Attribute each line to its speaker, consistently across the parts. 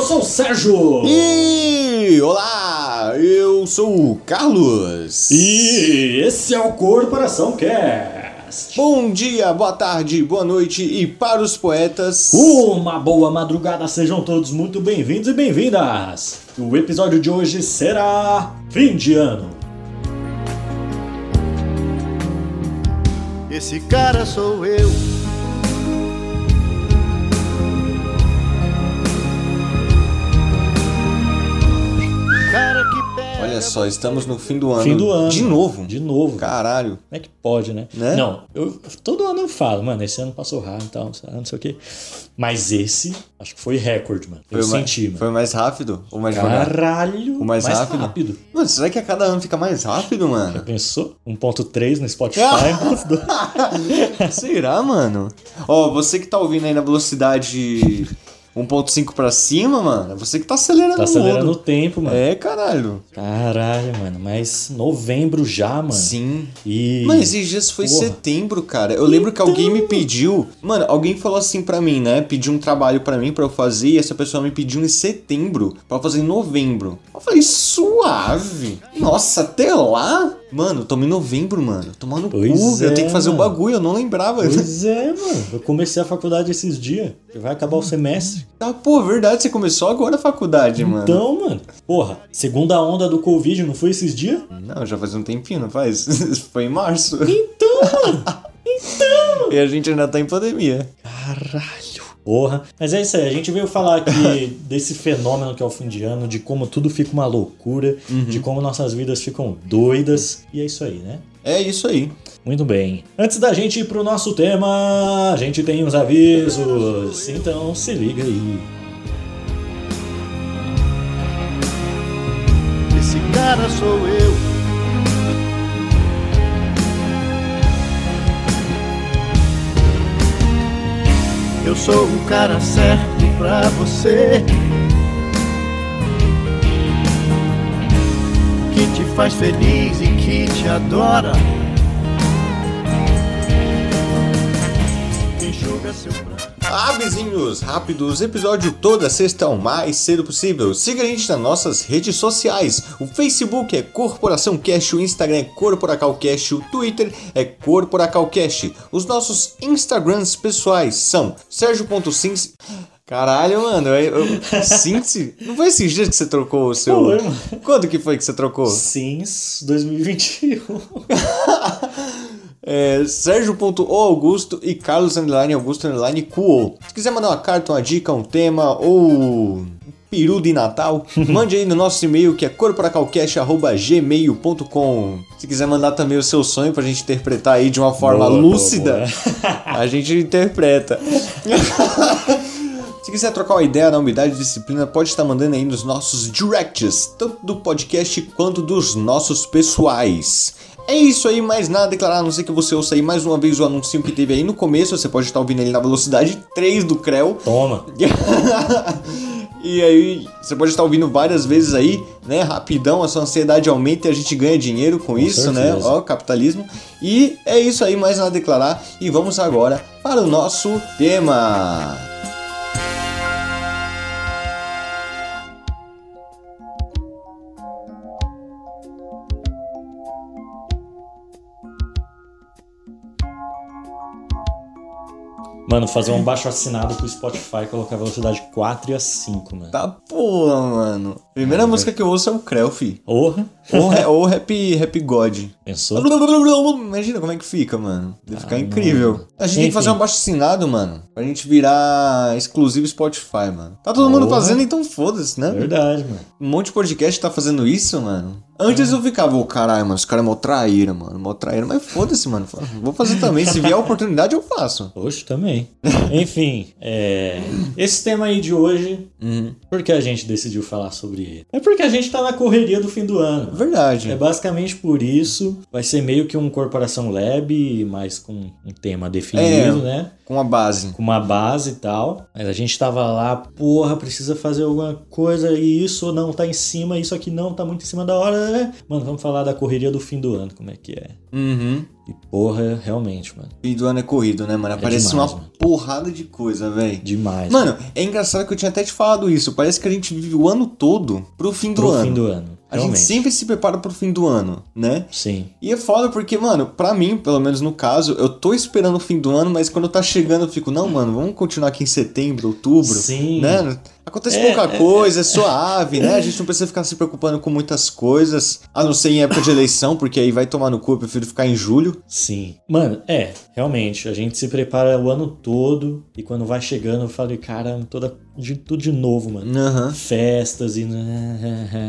Speaker 1: sou o Sérgio!
Speaker 2: E olá, eu sou o Carlos.
Speaker 1: E esse é o Corporação Cast!
Speaker 2: Bom dia, boa tarde, boa noite e para os poetas.
Speaker 1: Uma boa madrugada, sejam todos muito bem-vindos e bem-vindas! O episódio de hoje será Fim de Ano.
Speaker 3: Esse cara sou eu. O Cara que pega
Speaker 2: Olha só, estamos no fim do ano.
Speaker 1: Fim do ano.
Speaker 2: De novo.
Speaker 1: De novo.
Speaker 2: Caralho.
Speaker 1: Como é que pode, né?
Speaker 2: Né?
Speaker 1: Não, eu, todo ano eu falo, mano, esse ano passou rápido e tal, não sei o quê. Mas esse, acho que foi recorde, mano. eu
Speaker 2: mais,
Speaker 1: senti, mano.
Speaker 2: Foi mais rápido ou mais devagar?
Speaker 1: Caralho!
Speaker 2: O mais rápido?
Speaker 1: rápido.
Speaker 2: Mano, será que a cada ano fica mais rápido, mano?
Speaker 1: Pensou? 1.3 no Spotify.
Speaker 2: Ah!
Speaker 1: um Tá
Speaker 2: será, mano? Ó, você que tá ouvindo aí na velocidade 1.5 pra cima, mano, você que tá acelerando
Speaker 1: tá acelerando
Speaker 2: o
Speaker 1: o
Speaker 2: mundo.
Speaker 1: tempo, mano.
Speaker 2: É, caralho.
Speaker 1: Caralho, mano. Mas novembro já, mano.
Speaker 2: Sim.
Speaker 1: E...
Speaker 2: Mas esses dias foi
Speaker 1: Porra. Então.
Speaker 2: setembro, cara. Eu lembro que alguém me pediu. Mano, alguém falou assim pra mim, né? Pediu um trabalho pra mim pra eu fazer e essa pessoa me pediu em setembro pra eu fazer em novembro. Eu falei, suave. Nossa, até lá? Mano, tamo em novembro, mano. Tomando cu.
Speaker 1: Pois é,
Speaker 2: eu tenho que fazer o
Speaker 1: mano.
Speaker 2: bagulho, eu não lembrava.
Speaker 1: Pois é, mano. Eu comecei a faculdade esses dias. Já vai acabar o semestre.
Speaker 2: Tá, pô, verdade, você começou agora a faculdade, mano.
Speaker 1: Então, mano. Porra, segunda onda do Covid, não foi esses dias?
Speaker 2: Não, já faz um tempinho, não faz? Foi em março.
Speaker 1: Então, mano. Então,
Speaker 2: e a gente ainda tá em pandemia.
Speaker 1: Caralho. Porra. Mas é isso aí, a gente veio falar aqui desse fenômeno que é o fim de ano, de como tudo fica uma loucura, de como nossas vidas ficam doidas. E é isso aí, né?
Speaker 2: É isso aí.
Speaker 1: Muito bem. Antes da gente ir pro nosso tema, a gente tem uns avisos. Então se liga aí.
Speaker 3: esse cara sou eu. Eu sou o cara certo pra você. Que te faz feliz e que te adora. Enxuga seu pranto.
Speaker 2: Ah, vizinhos, rápidos, episódio toda sexta o mais cedo possível. Siga a gente nas nossas redes sociais. O Facebook é Corporação Cash, o Instagram é Corporacal Cash, o Twitter é Corporacal Cash. Os nossos Instagrams pessoais são Sérgio.Since. Caralho, mano, eu, eu, Since? Não foi esses dias que você trocou o seu.
Speaker 1: Foi, mano.
Speaker 2: Quando que foi que você trocou?
Speaker 1: Sims 2021.
Speaker 2: É, Sérgio.oAugusto e Carlos Underline Augusto Underline Cool. Se quiser mandar uma carta, uma dica, um tema ou um peru de Natal, mande aí no nosso e-mail que é corporacalcast.gmail.com. Se quiser mandar também o seu sonho pra gente interpretar aí de uma forma
Speaker 1: Boa, boa,
Speaker 2: lúcida,
Speaker 1: boa.
Speaker 2: a gente interpreta. Se quiser trocar uma ideia na umidade e disciplina, pode estar mandando aí nos nossos directs, tanto do podcast quanto dos nossos pessoais. É isso aí, mais nada a declarar, a não ser que você ouça aí mais uma vez o anúncio que teve aí no começo, você pode estar ouvindo ele na velocidade 3 do Creu.
Speaker 1: Toma.
Speaker 2: e aí, você pode estar ouvindo várias vezes aí, né? Rapidão, a sua ansiedade aumenta e a gente ganha dinheiro com, isso, né?
Speaker 1: certeza.
Speaker 2: Ó, capitalismo. E é isso aí, mais nada a declarar. E vamos agora para o nosso tema.
Speaker 1: Mano, fazer um baixo assinado pro Spotify e colocar a velocidade 4 e a 5, mano.
Speaker 2: Tá porra, mano. Primeira música que eu ouço é o Creu, fi.
Speaker 1: Porra.
Speaker 2: Ou, ra- ou rap, rap God. Tá
Speaker 1: Pensou?
Speaker 2: Imagina como é que fica, mano. Deve ficar incrível.
Speaker 1: Ah,
Speaker 2: A gente tem
Speaker 1: Enfim.
Speaker 2: que fazer um baixo assinado, mano. Pra gente virar exclusivo Spotify, mano. Tá todo mundo
Speaker 1: Porra.
Speaker 2: fazendo, então foda-se, né?
Speaker 1: Verdade, mano.
Speaker 2: Um monte de podcast tá fazendo isso, mano. Antes eu ficava, ô caralho, mano, os caras é mó traíra, mano, mó traíra. Mas foda-se, mano. Vou fazer também. Se vier a oportunidade, eu faço.
Speaker 1: Hoje também. Enfim, é... esse tema aí de hoje,
Speaker 2: Uhum.
Speaker 1: por que a gente decidiu falar sobre ele? É porque a gente tá na correria do fim do ano. mano.
Speaker 2: Verdade.
Speaker 1: É basicamente por isso. Vai ser meio que um Corporação Lab, mas com um tema definido,
Speaker 2: É.
Speaker 1: né?
Speaker 2: Com a base.
Speaker 1: Com uma base e tal. Mas a gente tava lá, porra, precisa fazer alguma coisa e isso não tá em cima, isso aqui não tá muito em cima da hora. né? Mano, vamos falar da correria do fim do ano, como é que é.
Speaker 2: Uhum.
Speaker 1: E porra, realmente, mano.
Speaker 2: Fim do ano é corrido, né, mano? Aparece
Speaker 1: demais,
Speaker 2: uma
Speaker 1: mano.
Speaker 2: porrada de coisa, velho.
Speaker 1: Demais.
Speaker 2: Mano, é engraçado que eu tinha até te falado isso. Parece que a gente vive o ano todo pro fim do
Speaker 1: pro
Speaker 2: ano.
Speaker 1: fim do ano.
Speaker 2: A gente
Speaker 1: Realmente.
Speaker 2: sempre se prepara pro fim do ano, né?
Speaker 1: Sim.
Speaker 2: E é foda porque, mano, pra mim, pelo menos no caso, eu tô esperando o fim do ano, mas quando tá chegando eu fico, não, mano, vamos continuar aqui em setembro, outubro.
Speaker 1: Sim.
Speaker 2: Né? Acontece
Speaker 1: É,
Speaker 2: pouca
Speaker 1: é,
Speaker 2: coisa, é suave, né? A gente não precisa ficar se preocupando com muitas coisas, a não ser em época de eleição, porque aí vai tomar no cu, eu prefiro ficar em julho.
Speaker 1: Sim. Mano, é, realmente, a gente se prepara o ano todo e quando vai chegando eu falo, cara, toda, de, tudo de novo, mano.
Speaker 2: Aham.
Speaker 1: Festas e. né,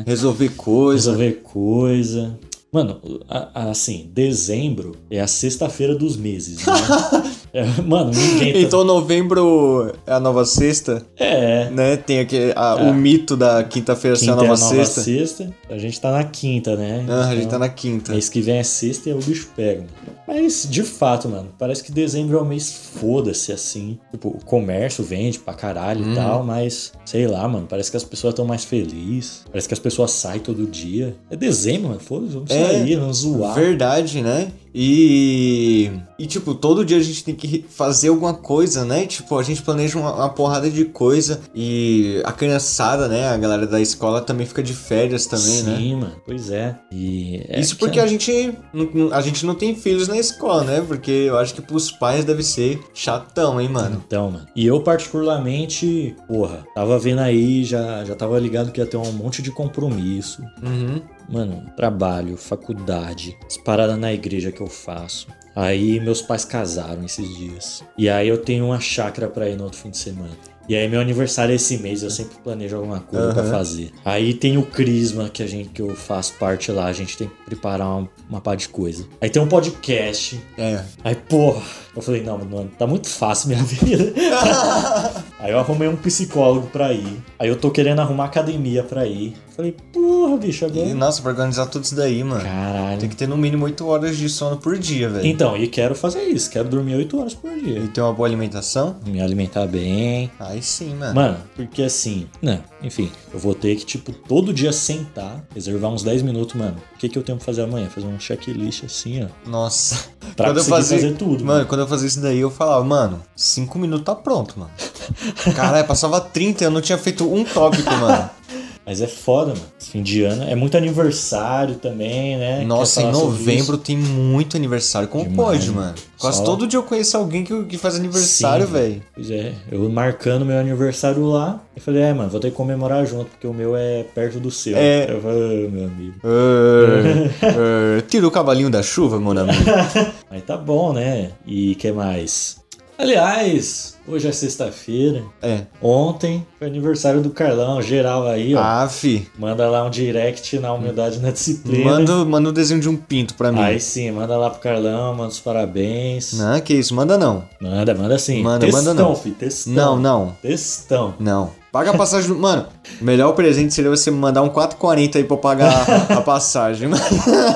Speaker 2: Resolver coisa.
Speaker 1: Resolver coisa. Mano, a- a- assim, dezembro é a sexta-feira dos meses, né? É, mano, ninguém. tá-
Speaker 2: Então novembro é a nova sexta,
Speaker 1: é.
Speaker 2: né? Tem aqui a- o mito da quinta-feira ser
Speaker 1: Quinta
Speaker 2: a nova
Speaker 1: é a nova
Speaker 2: sexta.
Speaker 1: sexta. A gente tá na quinta, né?
Speaker 2: Ah, a gente
Speaker 1: Então-
Speaker 2: tá na quinta.
Speaker 1: Mês que vem é sexta e aí o bicho pega. mano. Mas, de fato, mano, parece que dezembro é um mês foda-se, assim. Tipo, o comércio vende pra caralho
Speaker 2: Hum.
Speaker 1: e tal, mas, sei lá, mano, parece que as pessoas estão mais felizes. Parece que as pessoas saem todo dia. É dezembro, mano, foda-se, vamos
Speaker 2: É,
Speaker 1: sair, vamos zoar.
Speaker 2: Verdade, né? E. E, tipo, todo dia a gente tem que fazer alguma coisa, né? Tipo, a gente planeja uma, uma porrada de coisa. E a criançada, né? A galera da escola também fica de férias também, né?
Speaker 1: Sim, mano, pois é. E é
Speaker 2: Isso
Speaker 1: que-
Speaker 2: porque a gente, não- não- a gente não tem filhos na escola, né? Porque eu acho que pros pais deve ser chatão, hein, mano?
Speaker 1: Então, mano. E eu, particularmente, porra, tava vendo aí, já, já tava ligado que ia ter um monte de compromisso.
Speaker 2: Uhum.
Speaker 1: Mano, trabalho, faculdade, as paradas na igreja que eu faço. Aí meus pais casaram esses dias. E aí eu tenho uma chácara pra ir no outro fim de semana. E aí meu aniversário é esse mês, eu sempre planejo alguma coisa pra
Speaker 2: Aham.
Speaker 1: fazer. Aí tem o Crisma que a gente que eu faço parte lá, a gente tem que preparar uma, uma par de coisa. Aí tem um podcast.
Speaker 2: É.
Speaker 1: Aí, porra, eu falei, não, mano, tá muito fácil minha vida. Aí eu arrumei um psicólogo pra ir. Aí eu tô querendo arrumar academia pra ir. Falei, porra, bicho, agora.
Speaker 2: E, nossa, pra organizar tudo isso daí, mano. Tem
Speaker 1: Caralho.
Speaker 2: que ter no mínimo 8 horas de sono por dia, velho.
Speaker 1: Então, e quero fazer isso, quero dormir 8 horas por
Speaker 2: E
Speaker 1: dia.
Speaker 2: ter uma boa alimentação?
Speaker 1: Me alimentar bem.
Speaker 2: Aí sim, mano.
Speaker 1: Mano, porque assim, né? Enfim, eu vou ter que, tipo, todo dia sentar, reservar uns 10 minutos, mano. O que, que eu tenho pra fazer amanhã? Fazer um checklist assim, ó.
Speaker 2: Nossa.
Speaker 1: Pra
Speaker 2: Quando eu
Speaker 1: conseguir
Speaker 2: fazia-
Speaker 1: fazer tudo.
Speaker 2: Mano, quando eu fazia isso daí, eu falava, mano, cinco minutos tá pronto, mano. Caralho, passava 30 eu não tinha feito um tópico, mano.
Speaker 1: Mas é foda, mano. Esse Fim de ano. É muito aniversário também, né?
Speaker 2: Nossa,
Speaker 1: Quer
Speaker 2: em
Speaker 1: falar sobre
Speaker 2: novembro tem muito aniversário. Como
Speaker 1: Demais,
Speaker 2: pode,
Speaker 1: mano.
Speaker 2: mano? Quase
Speaker 1: Só-
Speaker 2: todo dia eu conheço alguém que, que faz aniversário,
Speaker 1: Sim.
Speaker 2: velho.
Speaker 1: Pois é, eu marcando meu aniversário lá, eu falei, é, mano, vou ter que comemorar junto, porque o meu é perto do seu.
Speaker 2: É.
Speaker 1: Eu falei, "Ah, meu amigo.
Speaker 2: Uh, uh, tira o cavalinho da chuva, mano.
Speaker 1: Aí tá bom, né? E que mais? Aliás, hoje é sexta-feira.
Speaker 2: É.
Speaker 1: Ontem foi aniversário do Carlão, geral aí, ó.
Speaker 2: Ah, fi.
Speaker 1: Manda lá um direct na humildade e na disciplina.
Speaker 2: Manda, manda um desenho de um pinto pra mim.
Speaker 1: Aí sim, manda lá pro Carlão, manda os parabéns.
Speaker 2: Não, que isso, manda não.
Speaker 1: Manda, manda sim.
Speaker 2: Manda,
Speaker 1: textão,
Speaker 2: manda não.
Speaker 1: Filho, textão.
Speaker 2: Não, não,
Speaker 1: Textão.
Speaker 2: não. Paga a passagem. do- mano, o melhor presente seria você me mandar um 4,40 aí pra eu pagar a passagem.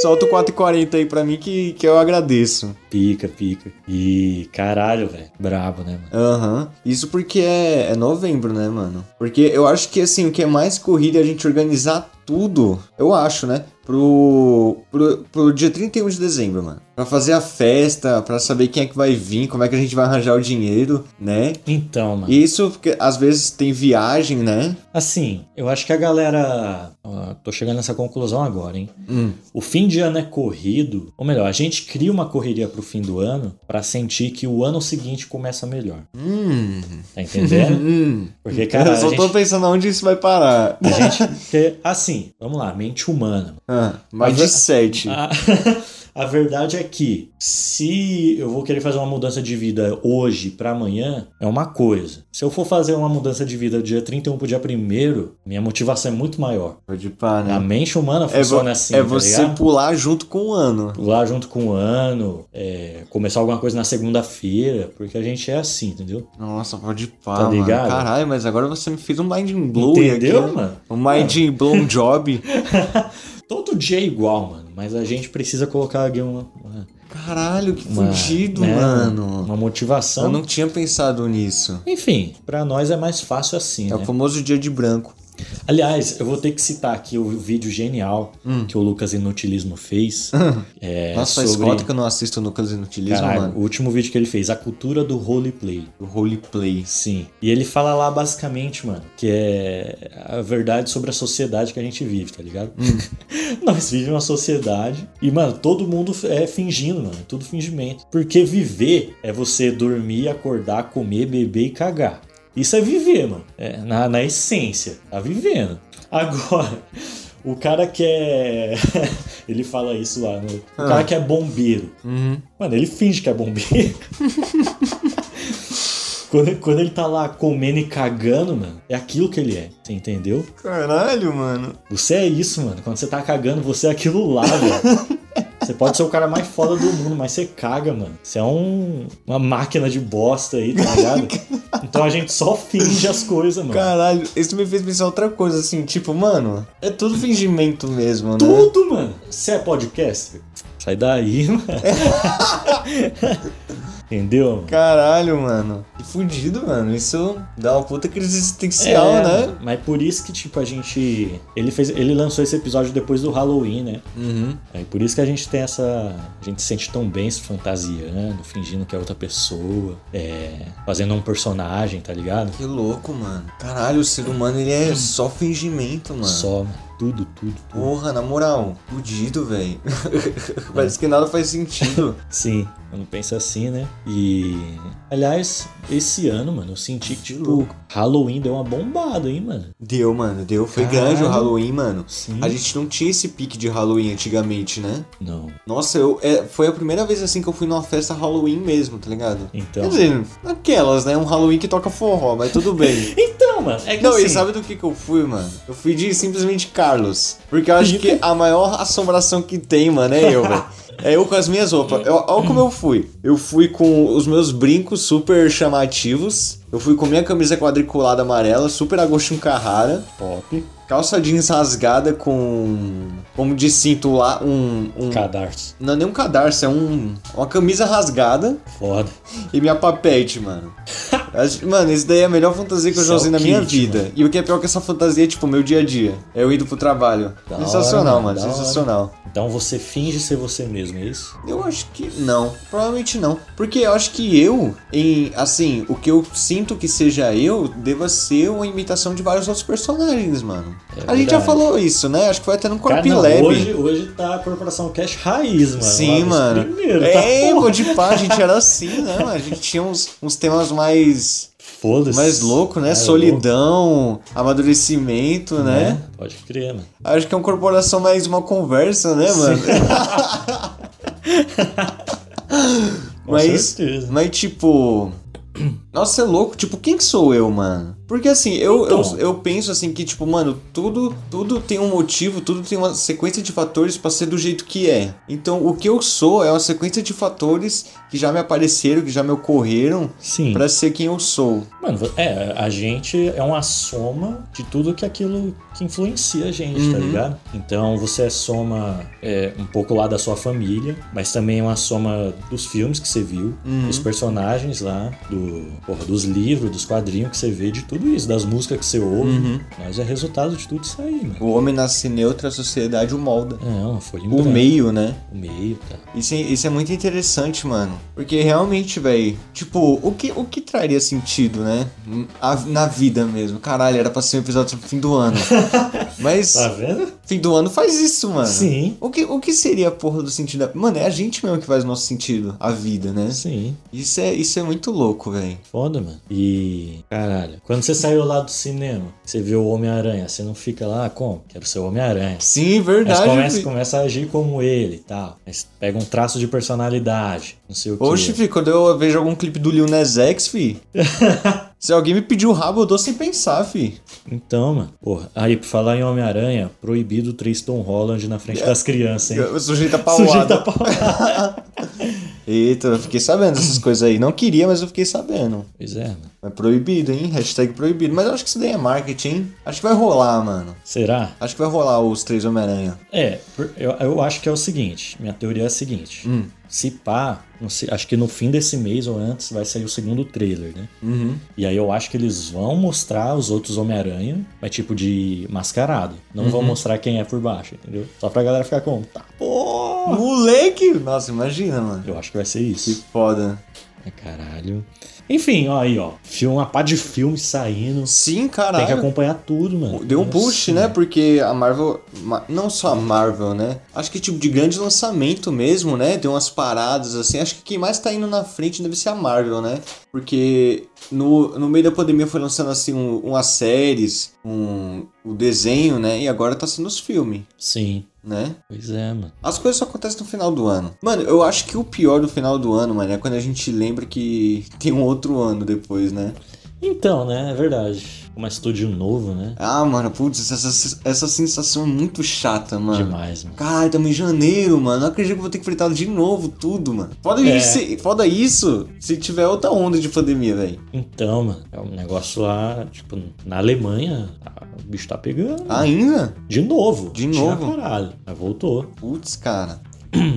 Speaker 2: Solta o 4,40 aí pra mim que, que eu agradeço.
Speaker 1: Pica, pica. E caralho, velho. Brabo, né, mano?
Speaker 2: Aham. Isso porque é, é novembro, né, mano? Porque eu acho que, assim, o que é mais corrido é a gente organizar tudo, eu acho, né? Pro, pro, pro dia 31 de dezembro, mano. Pra fazer a festa, pra saber quem é que vai vir, como é que a gente vai arranjar o dinheiro, né?
Speaker 1: Então, mano.
Speaker 2: E isso, porque às vezes tem viagem, né?
Speaker 1: Assim, eu acho que a galera. ó, tô chegando nessa conclusão agora, hein?
Speaker 2: Hum.
Speaker 1: O fim de ano é corrido. Ou melhor, a gente cria uma correria pro fim do ano pra sentir que o ano seguinte começa melhor.
Speaker 2: Hum.
Speaker 1: Tá entendendo?
Speaker 2: Hum.
Speaker 1: Porque, cara,
Speaker 2: eu
Speaker 1: a
Speaker 2: só tô
Speaker 1: gente,
Speaker 2: pensando onde isso vai parar.
Speaker 1: a gente- Porque, assim, vamos lá, mente humana.
Speaker 2: Ah, mais de
Speaker 1: Mas-
Speaker 2: 7.
Speaker 1: A, a verdade é que se eu vou querer fazer uma mudança de vida hoje pra amanhã, é uma coisa. Se eu for fazer uma mudança de vida do dia 31 pro dia 1 minha motivação é muito maior.
Speaker 2: Pode parar,
Speaker 1: A
Speaker 2: né?
Speaker 1: mente humana
Speaker 2: É, vo-
Speaker 1: funciona assim,
Speaker 2: é
Speaker 1: tá
Speaker 2: você
Speaker 1: ligado?
Speaker 2: pular junto com o ano.
Speaker 1: Lá junto com o ano, é, começar alguma coisa na segunda-feira, porque a gente é assim, entendeu?
Speaker 2: Nossa, pode pá,
Speaker 1: Tá
Speaker 2: mano.
Speaker 1: ligado?
Speaker 2: Caralho, mas agora você me fez um mind blow
Speaker 1: Entendeu,
Speaker 2: aqui.
Speaker 1: mano?
Speaker 2: Um mind blow job.
Speaker 1: Todo dia é igual, mano. Mas a gente precisa colocar aqui uma. uma,
Speaker 2: Caralho, que
Speaker 1: uma,
Speaker 2: fudido,
Speaker 1: né,
Speaker 2: mano.
Speaker 1: Uma motivação.
Speaker 2: Ah. Eu não tinha pensado nisso.
Speaker 1: Enfim, pra nós é mais fácil assim,
Speaker 2: É o
Speaker 1: né?
Speaker 2: famoso dia de branco.
Speaker 1: Aliás, eu vou ter que citar aqui o vídeo genial que o Lucas Inutilismo fez. é,
Speaker 2: Hum. Nossa, faz
Speaker 1: sobre...
Speaker 2: cota que eu não assisto no Lucas Inutilismo,
Speaker 1: Caralho,
Speaker 2: mano.
Speaker 1: o último vídeo que ele fez, a cultura do roleplay.
Speaker 2: O roleplay.
Speaker 1: Sim. E ele fala lá basicamente, mano, que é a verdade sobre a sociedade que a gente vive, tá ligado? Nós vivemos uma sociedade e, mano, todo mundo é fingindo, mano. é Tudo fingimento. Porque viver é você dormir, acordar, comer, beber e cagar. Isso é viver, mano. É, na, na essência. Tá vivendo. Agora, o cara que é. ele fala isso lá, no... O cara que é bombeiro.
Speaker 2: Uhum.
Speaker 1: Mano, ele finge que é bombeiro. quando, quando ele tá lá comendo e cagando, mano, é aquilo que ele é. Você entendeu?
Speaker 2: Caralho, mano.
Speaker 1: Você é isso, mano. Quando você tá cagando, você é aquilo lá, velho. Você pode ser o cara mais foda do mundo, mas você caga, mano. Você é um, uma máquina de bosta aí, tá ligado? Então a gente só finge as coisas, mano.
Speaker 2: Caralho, isso me fez pensar outra coisa, assim, tipo, mano, é tudo fingimento mesmo, né?
Speaker 1: Tudo, mano. Você é podcaster? Sai daí, mano. Entendeu, mano?
Speaker 2: Caralho, mano. Que fudido, mano. Isso dá uma puta crise existencial,
Speaker 1: É.
Speaker 2: né?
Speaker 1: Mas por isso que, tipo, a gente. Ele, fez, ele lançou esse episódio depois do Halloween, né?
Speaker 2: Uhum.
Speaker 1: Aí por isso que a gente tem essa. A gente se sente tão bem se fantasiando, fingindo que é outra pessoa, é, fazendo um personagem, tá ligado?
Speaker 2: Que louco, mano. Caralho, o ser humano, ele é só fingimento, mano.
Speaker 1: Só, tudo, tudo, tudo.
Speaker 2: Porra, na moral, fudido, velho. Parece que nada faz sentido.
Speaker 1: Sim, eu não penso assim, né? E. Aliás, esse ano, mano, eu senti que, tipo,
Speaker 2: louco.
Speaker 1: Halloween deu uma bombada, hein, mano?
Speaker 2: Deu, mano, deu. Foi
Speaker 1: Caralho.
Speaker 2: grande o Halloween, mano.
Speaker 1: Sim.
Speaker 2: A gente não tinha esse pique de Halloween antigamente, né?
Speaker 1: Não.
Speaker 2: Nossa, eu, é, foi a primeira vez assim que eu fui numa festa Halloween mesmo, tá ligado?
Speaker 1: Então.
Speaker 2: Quer dizer, aquelas, né? Um Halloween que toca forró, mas tudo bem.
Speaker 1: Então, mano, é que
Speaker 2: Não, e
Speaker 1: assim,
Speaker 2: sabe do que que eu fui, mano? Eu fui de simplesmente Carlos. Porque eu acho que a maior assombração que tem, mano, é eu, velho. É eu com as minhas roupas. Eu- Olha como eu fui. Eu fui com os meus brincos super chamativos. Eu fui com minha camisa quadriculada amarela, super Agostinho Carrara.
Speaker 1: Pop,
Speaker 2: Calça jeans rasgada com. Como de cinto lá, um. um
Speaker 1: cadarço.
Speaker 2: não é nem um cadarço, é um, uma camisa rasgada
Speaker 1: Foda.
Speaker 2: e minha papete, mano. Acho- mano, isso daí é a melhor fantasia que eu já
Speaker 1: Isso é
Speaker 2: usei
Speaker 1: o
Speaker 2: na minha
Speaker 1: kit,
Speaker 2: vida.
Speaker 1: mano.
Speaker 2: E o que é pior que essa fantasia é tipo meu dia a dia. É eu indo pro trabalho.
Speaker 1: Da
Speaker 2: sensacional,
Speaker 1: hora,
Speaker 2: mano.
Speaker 1: da hora.
Speaker 2: Sensacional.
Speaker 1: Então você finge ser você mesmo, é isso?
Speaker 2: Eu acho que não, provavelmente não. Porque eu acho que eu, em assim, o que eu sinto que seja eu, deva ser uma imitação de vários outros personagens, mano. a gente já
Speaker 1: É verdade.
Speaker 2: falou isso, né? Acho que foi até no
Speaker 1: Cara,
Speaker 2: Corp
Speaker 1: não,
Speaker 2: Lab.
Speaker 1: hoje, hoje tá a Corporação Cash raiz, mano.
Speaker 2: Sim,
Speaker 1: lá dos
Speaker 2: mano.
Speaker 1: Primeiros, tá
Speaker 2: é,
Speaker 1: porra.
Speaker 2: pô, de pá, a gente era assim, né, mano? A gente tinha uns, uns temas mais,
Speaker 1: Foda-se.
Speaker 2: mais louco, né?
Speaker 1: É,
Speaker 2: Solidão, amadurecimento,
Speaker 1: louco,
Speaker 2: né?
Speaker 1: É, Pode crer, mano.
Speaker 2: Acho que é uma corporação mais uma conversa, né,
Speaker 1: Sim.
Speaker 2: mano?
Speaker 1: Com
Speaker 2: Mas-
Speaker 1: certeza.
Speaker 2: Mas tipo. Nossa, é louco, tipo, quem que sou eu, mano? Porque assim, eu,
Speaker 1: Então.
Speaker 2: eu, eu penso assim que, tipo, mano, tudo, tudo tem um motivo, tudo tem uma sequência de fatores pra ser do jeito que é. Então, o que eu sou é uma sequência de fatores que já me apareceram, que já me ocorreram
Speaker 1: Sim.
Speaker 2: pra ser quem eu sou.
Speaker 1: Mano, é, a gente é uma soma de tudo que aquilo que influencia a gente, tá
Speaker 2: Uhum.
Speaker 1: ligado? Então você é soma é, um pouco lá da sua família, mas também é uma soma dos filmes que você viu,
Speaker 2: Uhum.
Speaker 1: dos personagens lá, do, porra, dos livros, dos quadrinhos que você vê, de tudo isso, das músicas que você ouve.
Speaker 2: Uhum.
Speaker 1: Mas é resultado de tudo isso aí, mano.
Speaker 2: O homem nasce neutro, a sociedade o molda.
Speaker 1: É, uma folha em
Speaker 2: O
Speaker 1: branco.
Speaker 2: meio, né?
Speaker 1: O meio, tá. cara.
Speaker 2: Isso é, isso é muito interessante, mano. Porque realmente, velho, tipo, o que, o que traria sentido, né? A- na vida mesmo. Caralho, era pra ser um episódio sobre o fim do ano. Mas
Speaker 1: Tá vendo?
Speaker 2: fim do ano faz isso, mano.
Speaker 1: Sim.
Speaker 2: O que, o que seria a porra do sentido da... Mano, é a gente mesmo que faz o nosso sentido, a vida, né?
Speaker 1: Sim.
Speaker 2: Isso é, isso é muito louco, velho.
Speaker 1: Foda, mano. E. Caralho. Quando você saiu lá do cinema, você vê o Homem-Aranha, você não fica lá, ah, como? Quero ser o Homem-Aranha.
Speaker 2: Sim,
Speaker 1: Mas
Speaker 2: verdade.
Speaker 1: começa,
Speaker 2: fi.
Speaker 1: começa a agir como ele e tal. Mas pega um traço de personalidade, não sei o que.
Speaker 2: Oxe, fi, quando eu vejo algum clipe do Lil Nas X, fi... se alguém me pedir o rabo, eu dou sem pensar, fi.
Speaker 1: Então, mano. Porra, aí, por falar em Homem-Aranha, proibido o Tristan Holland na frente das crianças, hein?
Speaker 2: O sujeito
Speaker 1: Sujeito
Speaker 2: apauado.
Speaker 1: a pau.
Speaker 2: Eita, eu fiquei sabendo dessas coisas aí. Não queria, mas eu fiquei sabendo. vendo.
Speaker 1: Pois é, mano.
Speaker 2: É proibido, hein? Hashtag proibido. Mas eu acho que isso daí é marketing, hein? Acho que vai rolar, mano.
Speaker 1: Será?
Speaker 2: Acho que vai rolar os três Homem-Aranha.
Speaker 1: É, por- eu, eu acho que é o seguinte. Minha teoria é a seguinte.
Speaker 2: Hum.
Speaker 1: Se pá, não sei, acho que no fim desse mês ou antes vai sair o segundo trailer, né?
Speaker 2: Uhum.
Speaker 1: E aí eu acho que eles vão mostrar os outros Homem-Aranha, mas tipo de mascarado. Não
Speaker 2: Uhum.
Speaker 1: vão mostrar quem é por baixo, entendeu? Só pra galera ficar com. Tá, porra!
Speaker 2: Moleque! Nossa, imagina, mano.
Speaker 1: Eu acho que vai ser
Speaker 2: Que
Speaker 1: isso.
Speaker 2: foda.
Speaker 1: É caralho. Enfim, ó aí, ó. Filme, uma pá de filme saindo.
Speaker 2: Sim,
Speaker 1: Tem que
Speaker 2: caralho.
Speaker 1: acompanhar tudo, mano.
Speaker 2: Deu um
Speaker 1: Nossa,
Speaker 2: push, né? Porque a Marvel. ma- Não só a Marvel, né? Acho que tipo de grande lançamento mesmo, né? Deu umas paradas assim. Acho que quem mais tá indo na frente deve ser a Marvel, né? Porque no, no meio da pandemia foi lançando assim um- umas séries, um, o desenho, né? E agora tá sendo os filmes,
Speaker 1: Sim.
Speaker 2: né?
Speaker 1: Pois é, mano.
Speaker 2: As coisas só acontecem no final do ano. Mano, eu acho que o pior do final do ano, mano, é quando a gente lembra que tem um outro ano depois, né?
Speaker 1: Então, né? É verdade. Uma estúdio novo, né?
Speaker 2: Ah, mano, putz, essa, essa sensação é muito chata, mano.
Speaker 1: Demais, mano.
Speaker 2: Cara, estamos em janeiro, mano. Não acredito que eu vou ter que enfrentar de novo tudo, mano. Foda,
Speaker 1: É.
Speaker 2: isso, foda isso se tiver outra onda de pandemia, velho.
Speaker 1: Então, mano. É um negócio lá, tipo, na Alemanha. tá- o bicho tá pegando.
Speaker 2: Ainda?
Speaker 1: De novo.
Speaker 2: Ah. De
Speaker 1: Tira
Speaker 2: novo?
Speaker 1: Caralho. Mas voltou.
Speaker 2: Putz, cara.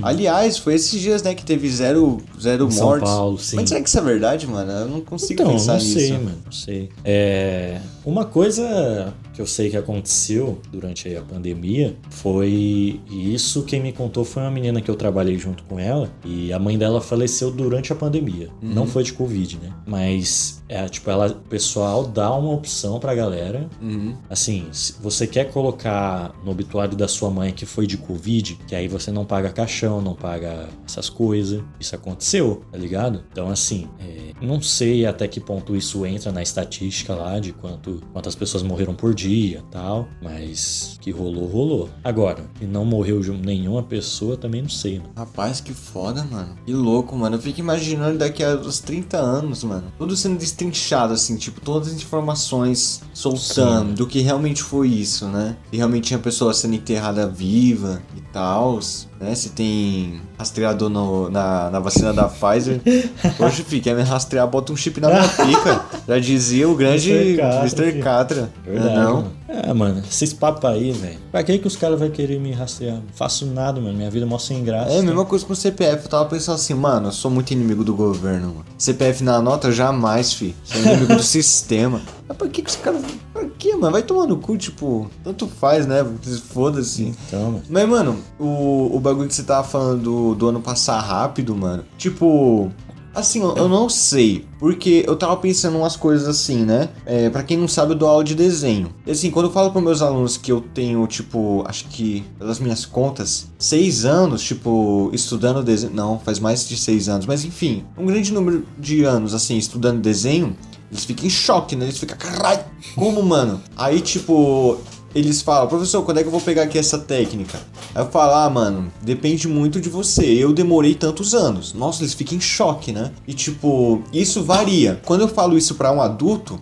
Speaker 2: Aliás, foi esses dias, né, que teve zero, zero
Speaker 1: Em São
Speaker 2: mortes.
Speaker 1: Paulo, sim.
Speaker 2: Mas será que isso é verdade, mano? Eu não consigo
Speaker 1: Então,
Speaker 2: pensar
Speaker 1: não
Speaker 2: nisso.
Speaker 1: sei, mano, não sei. É, uma coisa que eu sei que aconteceu durante aí a pandemia foi e isso quem me contou foi uma menina que eu trabalhei junto com ela e a mãe dela faleceu durante a pandemia.
Speaker 2: Uhum.
Speaker 1: Não foi de covid, né? Mas é tipo ela, o pessoal dá uma opção pra galera
Speaker 2: Uhum.
Speaker 1: Assim, se você quer colocar no obituário da sua mãe que foi de Covid, que aí você não paga caixão, não paga essas coisas. Isso aconteceu, tá ligado? Então, assim, é, não sei até que ponto isso entra na estatística lá de quanto, quantas pessoas morreram por dia tal, mas que rolou, rolou. Agora, e não morreu de nenhuma pessoa, também não sei, né?
Speaker 2: Rapaz, que foda, mano. Que louco, mano. Eu fico imaginando daqui a uns 30 anos, mano. Tudo sendo destrinchado, assim, tipo, todas as informações soltando
Speaker 1: Sim.
Speaker 2: do que realmente foi isso, né? Se realmente tinha pessoa sendo enterrada viva e tal, né? Se tem rastreador no- na, na vacina da Pfizer. Hoje, fi, quer me rastrear, bota um chip na minha pica. Já dizia o grande
Speaker 1: Mr. Catra,
Speaker 2: Mr.
Speaker 1: fi.
Speaker 2: Catra. Não é
Speaker 1: Verdade.
Speaker 2: não?
Speaker 1: mano. É, mano, esses papos aí, velho. Pra que que os caras vão querer me rastrear? Não faço nada, mano. Minha vida é mó sem graça.
Speaker 2: É a mesma coisa com o CPF. Eu tava pensando assim, mano, eu sou muito inimigo do governo, mano. CPF na nota, jamais, fi. Sou inimigo do sistema. Mas pra que que os caras. Pra que, mano? Vai tomar no cu, tipo, tanto faz, né? Foda-se.
Speaker 1: Então, mano.
Speaker 2: Mas, mano, o, o bagulho que você tava falando do, do ano passar rápido, mano. Tipo. Assim, eu eu não sei, porque eu tava pensando umas coisas assim, né? É, para quem não sabe, eu dou aula de desenho. E assim, quando eu falo pros meus alunos que eu tenho, tipo, acho que, pelas minhas contas, seis anos, tipo, estudando desenho. Não, faz mais de seis anos, mas enfim, um grande número de anos, assim, estudando desenho, eles ficam em choque, né? Eles ficam, caralho, como, mano? Aí, tipo, eles falam, professor, quando é que eu vou pegar aqui essa técnica? Aí eu falo, ah, mano, depende muito de você. Eu demorei tantos anos. Nossa, eles ficam em choque, né? E tipo, isso varia. Quando eu falo isso pra um adulto,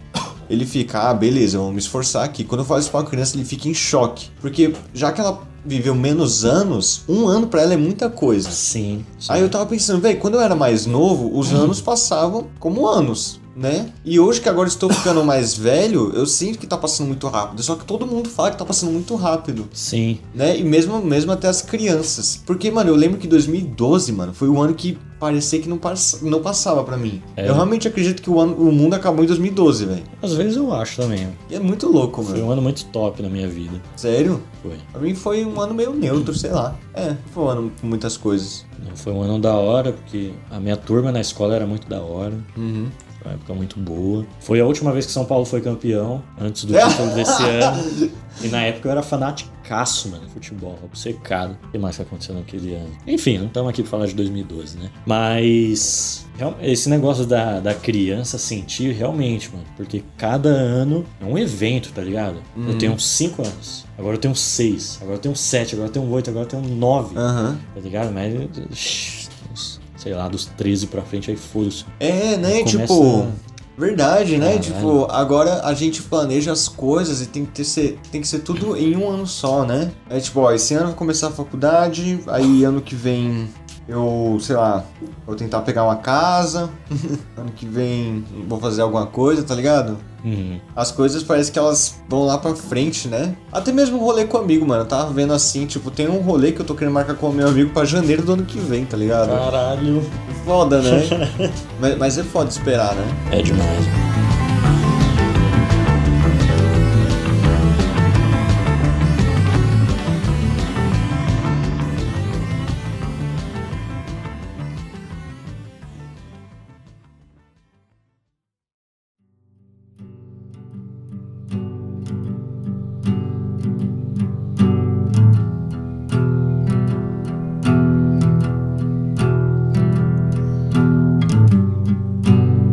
Speaker 2: ele fica, ah, beleza, eu vou me esforçar aqui. Quando eu falo isso pra uma criança, ele fica em choque. Porque já que ela viveu menos anos, um ano pra ela é muita coisa.
Speaker 1: Sim. sim.
Speaker 2: Aí eu tava pensando, velho, quando eu era mais novo, os anos passavam como anos, né? E hoje que agora estou ficando mais velho, eu sinto que tá passando muito rápido. Só que todo mundo fala que tá passando muito rápido,
Speaker 1: Sim.
Speaker 2: né? E mesmo, mesmo até as crianças. Porque, mano, eu lembro que 2012, mano, foi o ano que parecia que não, pass não passava pra mim.
Speaker 1: É.
Speaker 2: Eu realmente acredito que o, ano, o mundo acabou em 2012, velho.
Speaker 1: Às vezes eu acho também.
Speaker 2: E é muito louco,
Speaker 1: Foi
Speaker 2: mano.
Speaker 1: um ano muito top na minha vida.
Speaker 2: Sério?
Speaker 1: Foi.
Speaker 2: Pra mim foi um ano meio neutro, sei lá. É, foi um ano com muitas coisas.
Speaker 1: Não foi um ano da hora, porque a minha turma na escola era muito da hora.
Speaker 2: Uhum.
Speaker 1: Foi uma época muito boa. Foi a última vez que São Paulo foi campeão, antes do título desse ano. E na época eu era fanaticaço, mano, de futebol, obcecado. O que mais que aconteceu naquele ano? Enfim, não estamos aqui pra falar de 2012, né? Mas real- esse negócio da, da criança sentir realmente, mano, porque cada ano é um evento, tá ligado? Eu tenho 5 anos, agora eu tenho 6, agora eu tenho 7, agora eu tenho 8, agora eu tenho 9,
Speaker 2: Aham.
Speaker 1: tá ligado? Mas, shh, uns, sei lá, dos 13 pra frente aí foda-se.
Speaker 2: É, né?
Speaker 1: Começa-
Speaker 2: Tipo. Verdade, né?
Speaker 1: Caralho.
Speaker 2: Tipo, agora a gente planeja as coisas e tem que, ter ser, tem que ser tudo em um ano só, né? É tipo, ó, esse ano eu vou começar a faculdade, aí ano que vem Eu, sei lá, vou tentar pegar uma casa. ano que vem vou fazer alguma coisa, tá ligado?
Speaker 1: Uhum.
Speaker 2: As coisas parece que elas vão lá pra frente, né? Até mesmo o rolê com o amigo, mano. Eu tava vendo assim, tipo, tem um rolê que eu tô querendo marcar com o meu amigo pra janeiro do ano que vem, tá ligado?
Speaker 1: Ah. Caralho.
Speaker 2: Foda, né? mas, mas é foda esperar, né?
Speaker 1: É demais.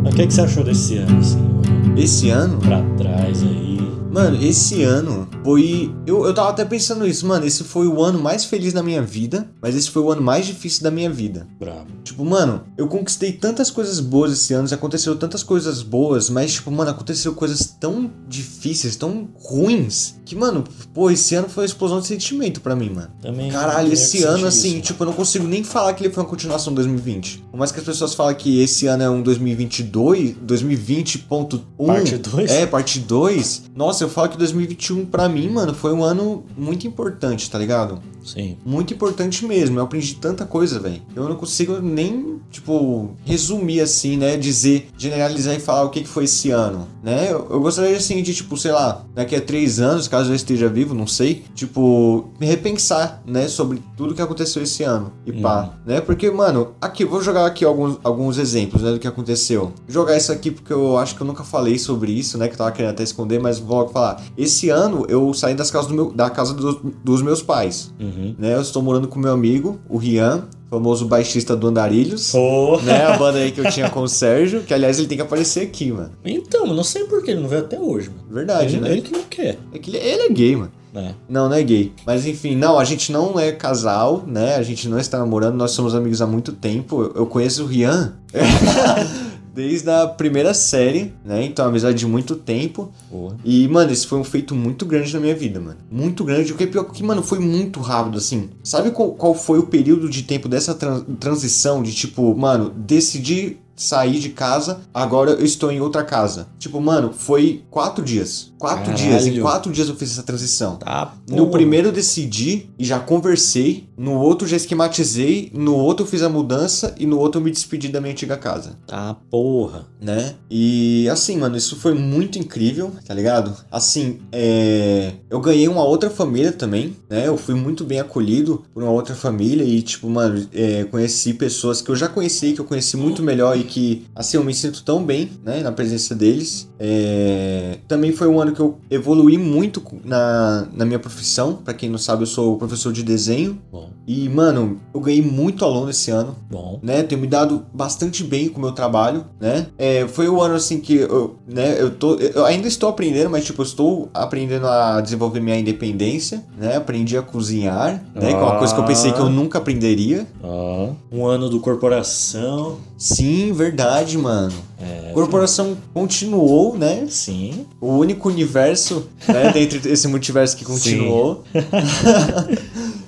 Speaker 1: Mas o que, que você achou desse ano, assim, olhando
Speaker 2: Esse ano,
Speaker 1: pra trás aí?
Speaker 2: Mano, esse ano foi. Eu, eu tava até pensando isso, mano. Esse foi o ano mais feliz da minha vida, mas esse foi o ano mais difícil da minha vida.
Speaker 1: Brabo.
Speaker 2: Tipo, mano, eu conquistei tantas coisas boas esse ano, aconteceu tantas coisas boas, mas, tipo, mano, aconteceu coisas tão difíceis, tão ruins, que, mano, pô, esse ano foi uma explosão de sentimento pra mim, mano.
Speaker 1: Também.
Speaker 2: Caralho,
Speaker 1: eu
Speaker 2: esse
Speaker 1: senti
Speaker 2: ano,
Speaker 1: isso,
Speaker 2: assim,
Speaker 1: mano.
Speaker 2: tipo, eu não consigo nem falar que ele foi uma continuação de 2020. Por mais que as pessoas falem que esse ano é um 2022, 2020.1.
Speaker 1: Parte 2?
Speaker 2: É, parte 2. Nossa, eu falo que 2021 pra mim, mano, foi um ano muito importante, tá ligado?
Speaker 1: Sim.
Speaker 2: Muito importante mesmo. Eu aprendi tanta coisa, velho. Eu não consigo nem, tipo, resumir assim, né? Dizer, generalizar e falar o que, que foi esse ano, né? Eu, eu gostaria, assim, de, tipo, sei lá, daqui a três anos, caso eu esteja vivo, não sei, tipo, me repensar, né? Sobre tudo que aconteceu esse ano e pá, né? Porque, mano, aqui, eu vou jogar aqui alguns, alguns exemplos, né? Do que aconteceu. Jogar isso aqui porque eu acho que eu nunca falei sobre isso, né? Que eu tava querendo até esconder, mas vou logo falar. Esse ano eu saí das casas do meu, da casa do- dos meus pais
Speaker 1: Uhum.
Speaker 2: né? Eu estou morando com meu amigo, o Rian, famoso baixista do Andarilhos.
Speaker 1: Porra.
Speaker 2: Né, a banda aí que eu tinha com o Sérgio, que aliás ele tem que aparecer aqui, mano.
Speaker 1: Então, eu não sei por que ele não veio até hoje, mano.
Speaker 2: Verdade,
Speaker 1: ele,
Speaker 2: né?
Speaker 1: ele que não quer.
Speaker 2: É que ele, ele é gay, mano.
Speaker 1: né?
Speaker 2: Não, não é gay. Mas enfim, não, a gente não é casal, né? A gente não está namorando, nós somos amigos há muito tempo. Eu, eu conheço o Rian desde a primeira série, né? Então, amizade de muito tempo.
Speaker 1: Porra.
Speaker 2: E, mano, esse foi um feito muito grande na minha vida, mano. Muito grande. O que é pior que, mano, foi muito rápido, assim. Sabe qual, qual foi o período de tempo dessa tran- transição de tipo, mano, decidi sair de casa, agora eu estou em outra casa. Tipo, mano, foi quatro dias. Quatro
Speaker 1: Caralho.
Speaker 2: dias. Em quatro dias eu fiz essa transição.
Speaker 1: Tá,
Speaker 2: No
Speaker 1: porra.
Speaker 2: primeiro eu decidi e já conversei, no outro já esquematizei, no outro eu fiz a mudança e no outro eu me despedi da minha antiga casa
Speaker 1: Tá, porra.
Speaker 2: né? E assim, mano, isso foi muito incrível, tá ligado? Assim, é... eu ganhei uma outra família também, né? Eu fui muito bem acolhido por uma outra família e, tipo, mano, é, conheci pessoas que eu já conheci, que eu conheci muito melhor e que, assim, eu me sinto tão bem, né? Na presença deles. É... Também foi um ano que eu evoluí muito na, na minha profissão. Pra quem não sabe, eu sou professor de desenho.
Speaker 1: Bom,
Speaker 2: E, mano, eu ganhei muito aluno esse ano
Speaker 1: bom.
Speaker 2: né? Tenho me dado bastante bem com o meu trabalho, né? É, foi o ano assim que eu, né, eu tô eu ainda estou aprendendo, mas tipo, eu estou aprendendo a desenvolver minha independência, né? Aprendi a cozinhar, né, que é uma coisa que eu pensei que eu nunca aprenderia.
Speaker 1: Ó. Um ano do corporação. É,
Speaker 2: Sim, verdade, mano. Corporação continuou, né?
Speaker 1: Sim.
Speaker 2: O único universo, né, dentre esse multiverso que continuou.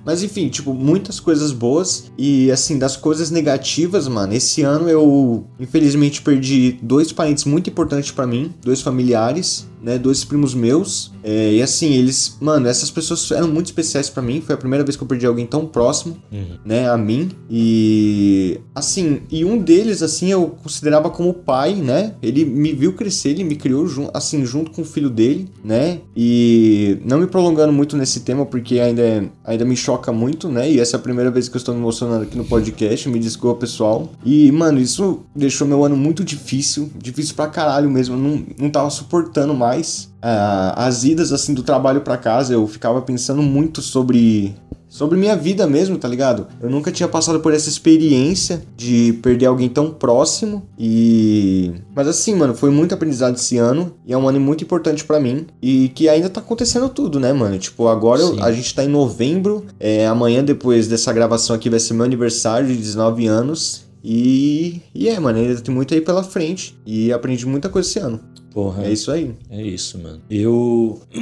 Speaker 2: Mas enfim, tipo, muitas coisas boas. E assim, das coisas negativas, mano, esse ano eu infelizmente perdi dois parentes muito importantes pra mim, dois familiares, né? Dois primos meus. É, e assim, eles, mano, essas pessoas eram muito especiais pra mim. Foi a primeira vez que eu perdi alguém tão próximo
Speaker 1: Uhum.
Speaker 2: né, a mim. E assim, e um deles assim eu considerava como pai, né? Ele me viu crescer, ele me criou jun assim junto com o filho dele, né? E não me prolongando muito nesse tema porque ainda é- ainda me choca muito, né? E essa é a primeira vez que eu estou me emocionando aqui no podcast, me desculpa, pessoal. E mano, isso deixou meu ano muito difícil, difícil pra caralho mesmo, eu não não tava suportando mais. ah, as idas assim do trabalho pra casa, eu ficava pensando muito sobre sobre minha vida mesmo, tá ligado? Eu nunca tinha passado por essa experiência de perder alguém tão próximo e mas assim, mano, foi muito aprendizado esse ano e é um ano muito importante pra mim e que ainda tá acontecendo tudo, né, mano? Tipo, agora eu-
Speaker 1: Sim.
Speaker 2: a gente tá em novembro, é, amanhã depois dessa gravação aqui vai ser meu aniversário de 19 anos. E, e é, mano, ainda tem muito aí pela frente. E É aprendi muita coisa esse ano.
Speaker 1: Porra.
Speaker 2: É isso aí.
Speaker 1: É isso, mano. Eu.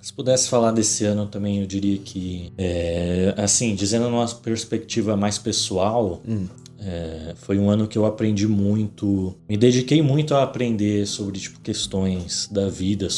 Speaker 1: Se pudesse falar desse ano também, eu diria que, é, assim, dizendo numa perspectiva mais pessoal,
Speaker 2: Hum.
Speaker 1: é, foi um ano que eu aprendi muito, me dediquei muito a aprender sobre tipo questões da vida,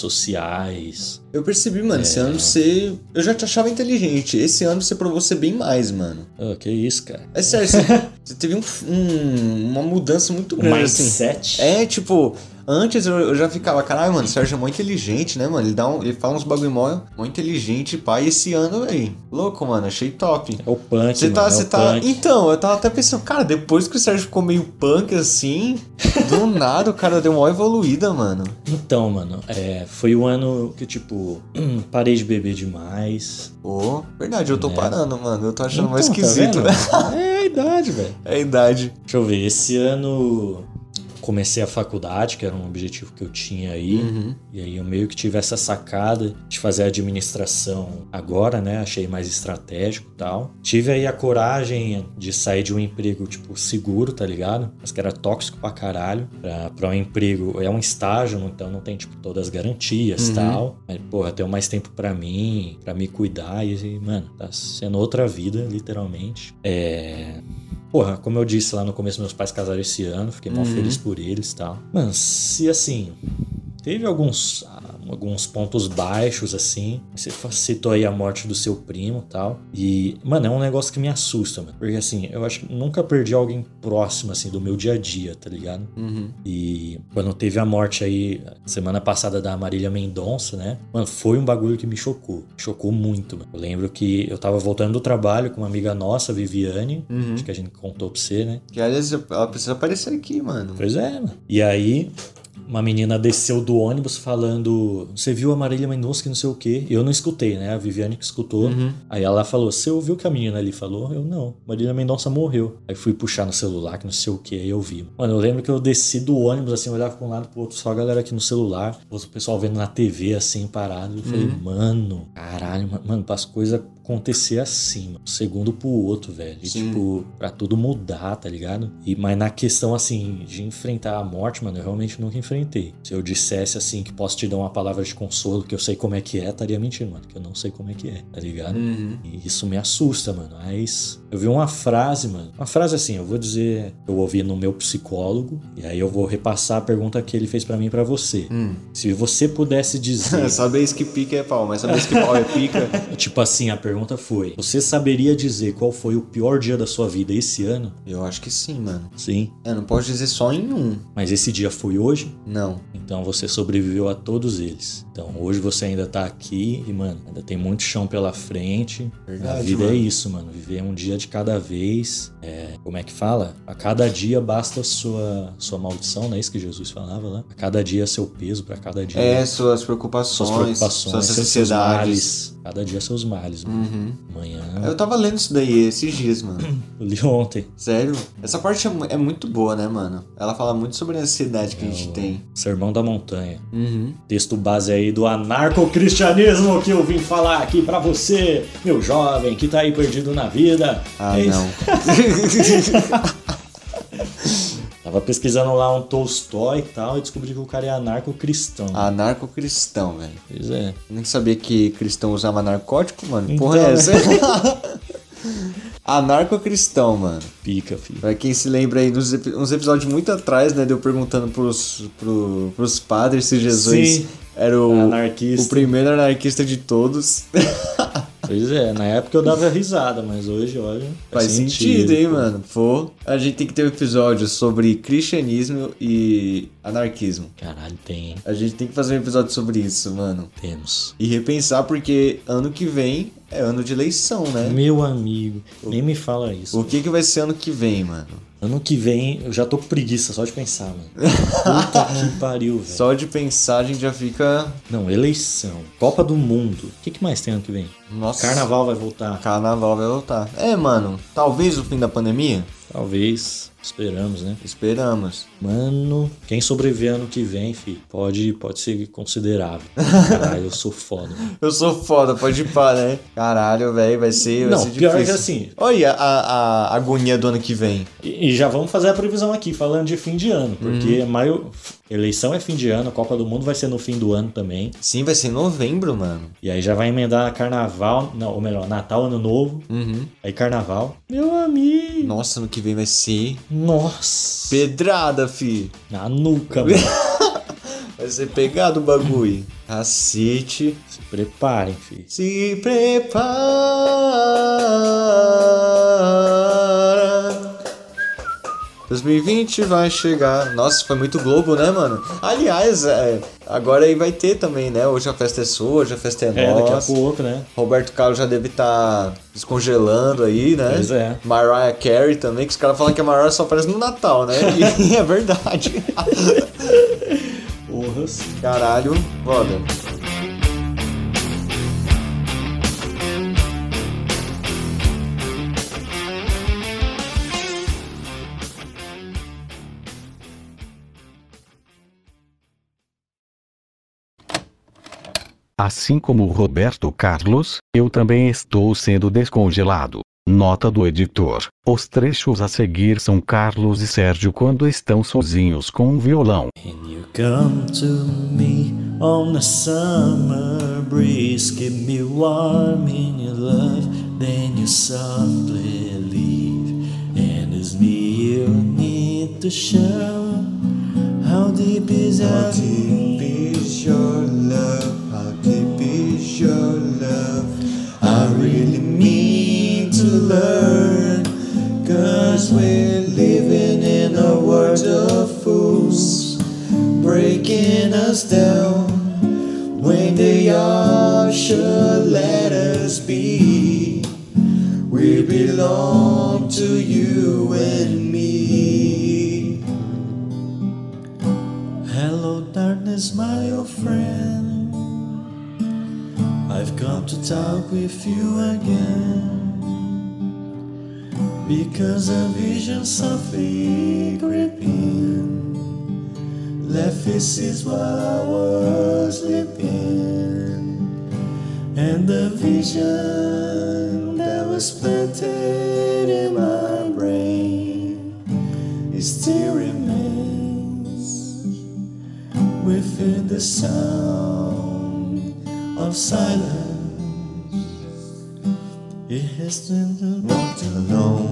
Speaker 1: sociais.
Speaker 2: Eu percebi, mano, esse ano você. Eu já te achava inteligente. Esse ano você provou ser bem mais, mano.
Speaker 1: Ah, que isso, cara?
Speaker 2: É sério, você, você teve um, um- uma mudança muito
Speaker 1: O
Speaker 2: grande, assim.
Speaker 1: mindset.
Speaker 2: É, tipo, antes eu, eu já ficava, caralho, mano, o Sérgio é mó inteligente, né, mano? Ele, dá um, ele fala uns bagulho mó, mó inteligente, pai, esse ano, velho. Louco, mano, achei top.
Speaker 1: É o punk,
Speaker 2: Você
Speaker 1: mano,
Speaker 2: tá,
Speaker 1: é
Speaker 2: você
Speaker 1: o
Speaker 2: tá.
Speaker 1: punk.
Speaker 2: Então, eu tava até pensando, cara, depois que o Sérgio ficou meio punk assim, do nada o cara deu uma evoluída, mano.
Speaker 1: Então, mano, é, foi um ano que, tipo, parei de beber demais.
Speaker 2: Ô, verdade, eu tô
Speaker 1: É.
Speaker 2: parando, mano. Eu tô achando
Speaker 1: Então,
Speaker 2: mais
Speaker 1: tá
Speaker 2: esquisito,
Speaker 1: vendo?
Speaker 2: né?
Speaker 1: É a idade, velho.
Speaker 2: É a idade.
Speaker 1: Deixa eu ver, esse ano comecei a faculdade, que era um objetivo que eu tinha aí.
Speaker 2: Uhum.
Speaker 1: E aí eu meio que tive essa sacada de fazer a administração agora, né? Achei mais estratégico e tal. Tive aí a coragem de sair de um emprego, tipo, seguro, tá ligado? Mas que era tóxico pra caralho. Pra, pra um emprego, é um estágio, então não tem, tipo, todas as garantias e
Speaker 2: Uhum.
Speaker 1: tal. Mas, porra, tenho mais tempo pra mim, pra me cuidar. E, mano, tá sendo outra vida, literalmente. É. Porra, como eu disse lá no começo, meus pais casaram esse ano, fiquei mó
Speaker 2: Uhum.
Speaker 1: feliz por eles e tal. Mano, se assim, Teve alguns, ah, alguns pontos baixos, assim. Você fa- citou aí a morte do seu primo e tal. E, mano, é um negócio que me assusta, mano. Porque, assim, eu acho que nunca perdi alguém próximo, assim, do meu dia a dia, tá ligado?
Speaker 2: Uhum.
Speaker 1: E quando teve a morte aí, semana passada da Marília Mendonça, né? Mano, foi um bagulho que me chocou. Chocou muito, mano. Eu lembro que eu tava voltando do trabalho com uma amiga nossa, Viviane.
Speaker 2: Uhum.
Speaker 1: Acho que a gente contou pra você, né?
Speaker 2: Que aliás, ela precisa aparecer aqui, mano.
Speaker 1: Pois é, mano. E aí, uma menina desceu do ônibus falando: Você viu a Marília Mendonça que não sei o quê? Eu não escutei, né? A Viviane que escutou.
Speaker 2: Uhum.
Speaker 1: Aí ela falou: Você ouviu o que a menina ali falou? Eu não. Marília Mendonça morreu. Aí fui puxar no celular, que não sei o que, aí eu vi. Mano, eu lembro que eu desci do ônibus, assim, eu olhava pra um lado pro outro, só a galera aqui no celular, o pessoal vendo na TV, assim, parado. Eu falei:
Speaker 2: Uhum.
Speaker 1: Mano, caralho, ma- mano, as coisas acontecer assim, mano, um segundo pro outro, velho. E,
Speaker 2: Sim.
Speaker 1: tipo, pra tudo mudar, tá ligado? E, mas na questão, assim, de enfrentar a morte, mano, eu realmente nunca enfrentei. Se eu dissesse, assim, que posso te dar uma palavra de consolo, que eu sei como é que é, estaria mentindo, mano, que eu não sei como é que é, tá ligado?
Speaker 2: Uhum.
Speaker 1: E isso me assusta, mano. Mas eu vi uma frase, mano. Uma frase assim, eu vou dizer, eu ouvi no meu psicólogo, e aí eu vou repassar a pergunta que ele fez pra mim e pra você.
Speaker 2: Hum.
Speaker 1: Se você pudesse dizer.
Speaker 2: Sabeis que pica é pau, mas sabeis que pau é pica.
Speaker 1: tipo assim, a pergunta foi: Você saberia dizer qual foi o pior dia da sua vida esse ano?
Speaker 2: Eu acho que sim, mano.
Speaker 1: Sim.
Speaker 2: Eu não posso dizer só em um.
Speaker 1: Mas esse dia foi hoje?
Speaker 2: Não.
Speaker 1: Então você sobreviveu a todos eles. Então hoje você ainda tá aqui e, mano, ainda tem muito chão pela frente.
Speaker 2: Verdade,
Speaker 1: a vida
Speaker 2: mano.
Speaker 1: é isso, mano. Viver um dia de cada vez. É, como é que fala? A cada dia basta sua sua maldição, não é isso que Jesus falava lá? A cada dia seu peso, pra cada dia
Speaker 2: É, suas
Speaker 1: suas
Speaker 2: preocupações,
Speaker 1: preocupações,
Speaker 2: suas
Speaker 1: seus, seus
Speaker 2: ansiedades.
Speaker 1: males. Cada dia seus males. mano.
Speaker 2: Uhum.
Speaker 1: Amanhã.
Speaker 2: Eu tava lendo isso daí esses dias, mano.
Speaker 1: Eu li ontem.
Speaker 2: Sério? Essa parte é, mu- é muito boa, né, mano? Ela fala muito sobre a ansiedade que a gente
Speaker 1: é o
Speaker 2: tem.
Speaker 1: Sermão da Montanha.
Speaker 2: É Uhum.
Speaker 1: Texto base aí do anarcocristianismo que eu vim falar aqui pra você, meu jovem que tá aí perdido na vida.
Speaker 2: Ah,
Speaker 1: É isso.
Speaker 2: não.
Speaker 1: Tava pesquisando lá um Tolstói e tal e descobri que o cara é anarcocristão.
Speaker 2: Ah. Anarco-cristão, velho.
Speaker 1: Pois é.
Speaker 2: Eu Nem sabia que cristão usava narcótico, mano. Porra, é
Speaker 1: Então,
Speaker 2: essa? Anarco-cristão, mano.
Speaker 1: Pica, filho.
Speaker 2: Pra quem se lembra aí, dos epi- uns episódios muito atrás, né? Deu perguntando pros, pro, pros padres se Jesus
Speaker 1: Sim.
Speaker 2: era o,
Speaker 1: Anarquista.
Speaker 2: o primeiro anarquista de todos.
Speaker 1: Pois é, na época eu dava risada, mas hoje, olha.
Speaker 2: Faz sentido, hein, mano? Pô, a gente tem que ter um episódio sobre cristianismo e anarquismo.
Speaker 1: Caralho, tem, hein?
Speaker 2: A gente tem que fazer um episódio sobre isso, mano.
Speaker 1: Temos.
Speaker 2: E repensar, porque ano que vem é ano de eleição, né?
Speaker 1: Meu amigo, nem me fala isso.
Speaker 2: O que, que vai ser ano que vem, mano?
Speaker 1: Ano que vem eu já tô com preguiça só de pensar, mano. Puta que pariu, velho.
Speaker 2: Só de pensar a gente já fica.
Speaker 1: Não, eleição. Copa do Mundo. O que, que mais tem ano que vem?
Speaker 2: Nossa.
Speaker 1: Carnaval vai voltar.
Speaker 2: Carnaval vai voltar. É, mano, talvez o fim da pandemia?
Speaker 1: Talvez. Esperamos, né?
Speaker 2: Esperamos.
Speaker 1: Mano, quem sobreviver ano que vem, fi, pode, pode ser considerável. Caralho, eu sou foda. mano.
Speaker 2: Eu sou foda, pode ir pá, né? Caralho, velho, vai ser. vai
Speaker 1: Não,
Speaker 2: ser
Speaker 1: pior que
Speaker 2: difícil.
Speaker 1: assim.
Speaker 2: Olha a, a agonia do ano que vem.
Speaker 1: E, e já vamos fazer a previsão aqui, falando de fim de ano,
Speaker 2: Uhum.
Speaker 1: porque maio. Eleição é fim de ano, a Copa do Mundo vai ser no fim do ano também.
Speaker 2: Sim, vai ser em novembro, mano.
Speaker 1: E aí já vai emendar carnaval. Não, ou melhor, Natal, ano novo.
Speaker 2: Uhum.
Speaker 1: Aí carnaval. Meu amigo!
Speaker 2: Nossa, ano que vem vai ser
Speaker 1: Nossa!
Speaker 2: pedrada, fi.
Speaker 1: Na nuca, mano.
Speaker 2: Vai ser pegado o bagulho. Cacete.
Speaker 1: Se preparem, filho.
Speaker 2: Se prepara. 2020 vai chegar. Nossa, foi muito Globo, né, mano? Aliás, é, agora aí vai ter também, né? Hoje a festa é sua, hoje a festa é
Speaker 1: É, daqui a
Speaker 2: nossa.
Speaker 1: pouco, né?
Speaker 2: Roberto Carlos já deve estar descongelando aí, né?
Speaker 1: Pois é.
Speaker 2: Mariah Carey também, que os caras falam que a Mariah só aparece no Natal, né? E é verdade.
Speaker 1: Porras.
Speaker 2: Caralho, foda.
Speaker 4: Assim como Roberto Carlos, eu também estou sendo descongelado. Nota do editor: Os trechos a seguir são Carlos e Sérgio quando estão sozinhos com um violão.
Speaker 1: And you come to me on the summer breeze, keep me warm in your love, then you softly leave. And it's me you need to show how deep is our
Speaker 2: deep is your love? How deep is your love? I really need to learn. Cause we're living in a world of fools, breaking us down when they all should let us be. We belong to you and me. Hello, darkness, my old friend. I've come to talk with you again. Because a vision softly creeping left this is what I was living. And the vision that was planted in my brain it still remains within the sound of silence. It has been walked alone.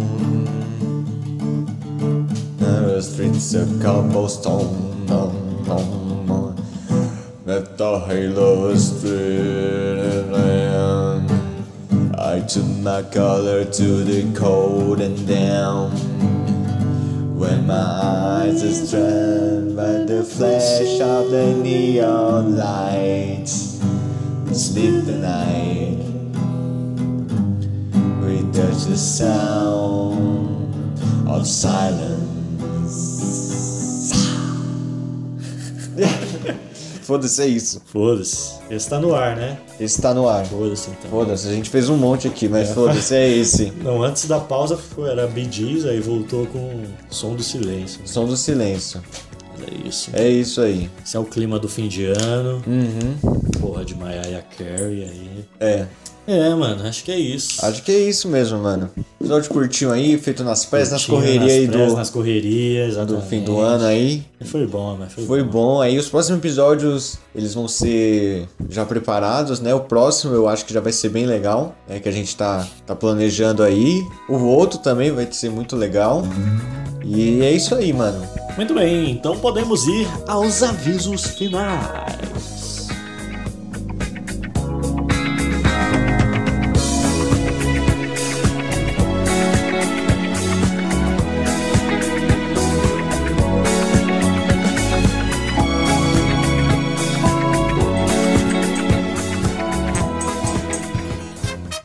Speaker 2: The streets of cobblestone. No, no, no. Let the halo spirit in land. I took my color to the cold and down. When my eyes are strained by the flash of the neon lights, sleep the night. We touch the sound of silence. Foda-se, é isso.
Speaker 1: Foda-se. Esse tá no ar, né?
Speaker 2: Esse tá no ar.
Speaker 1: Foda-se então.
Speaker 2: Foda-se, a gente fez um monte aqui, mas foda-se, é esse.
Speaker 1: Não, antes da pausa foi, era Bee Gees, aí voltou com som do silêncio.
Speaker 2: Som do silêncio.
Speaker 1: Era isso.
Speaker 2: É isso aí.
Speaker 1: Esse é o clima do fim de ano. Porra de Mariah Carey aí.
Speaker 2: É.
Speaker 1: É, mano, acho que é isso.
Speaker 2: Acho que é isso mesmo, mano. Episódio curtinho aí, feito nas pressas, nas
Speaker 1: Curtinho,
Speaker 2: correrias aí
Speaker 1: pressas,
Speaker 2: do,
Speaker 1: Nas correrias,
Speaker 2: do fim do ano aí.
Speaker 1: Foi bom, né? Foi,
Speaker 2: Foi
Speaker 1: bom.
Speaker 2: bom. Aí os próximos episódios, eles vão ser já preparados, né? O próximo eu acho que já vai ser bem legal, né? Que a gente tá, tá planejando aí. O outro também vai ser muito legal. E é isso aí, mano.
Speaker 1: Muito bem, então podemos ir aos avisos finais.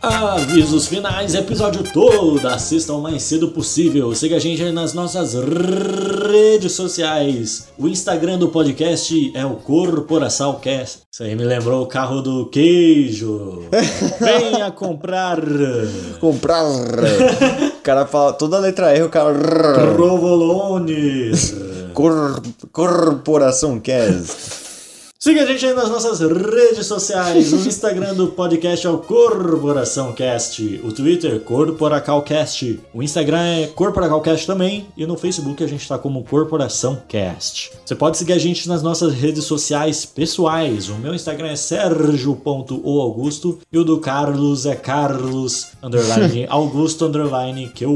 Speaker 1: Avisos finais, episódio todo. Assista o mais cedo possível. Siga a gente nas nossas redes sociais. O Instagram do podcast é o Corporaçalcast. Isso aí me lembrou o carro do queijo. Venha comprar.
Speaker 2: Comprar. o cara fala toda letra R, o cara.
Speaker 1: Provolones.
Speaker 2: Cor- corporação Cast.
Speaker 1: Siga a gente aí nas nossas redes sociais. O Instagram do podcast é o CorporaçãoCast. O Twitter, CorporacalCast. O Instagram é CorporacalCast também. E no Facebook a gente tá como CorporaçãoCast. Você pode seguir a gente nas nossas redes sociais pessoais. O meu Instagram é sergio.oaugusto e o do Carlos é carlos, underline, augusto, underline, que é...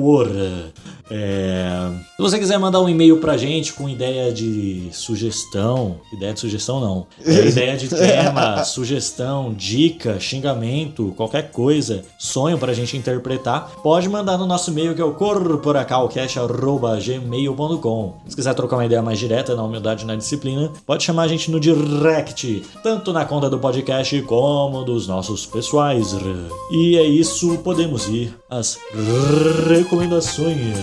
Speaker 1: Se você quiser mandar um e-mail pra gente com ideia de sugestão, ideia de sugestão não, É ideia de tema, sugestão, dica, xingamento, qualquer coisa, sonho pra gente interpretar, pode mandar no nosso e-mail que é o corporacalcast.gmail.com. Se quiser trocar uma ideia mais direta na humildade e na disciplina, pode chamar a gente no direct, tanto na conta do podcast como dos nossos pessoais. E é isso, podemos ir às recomendações.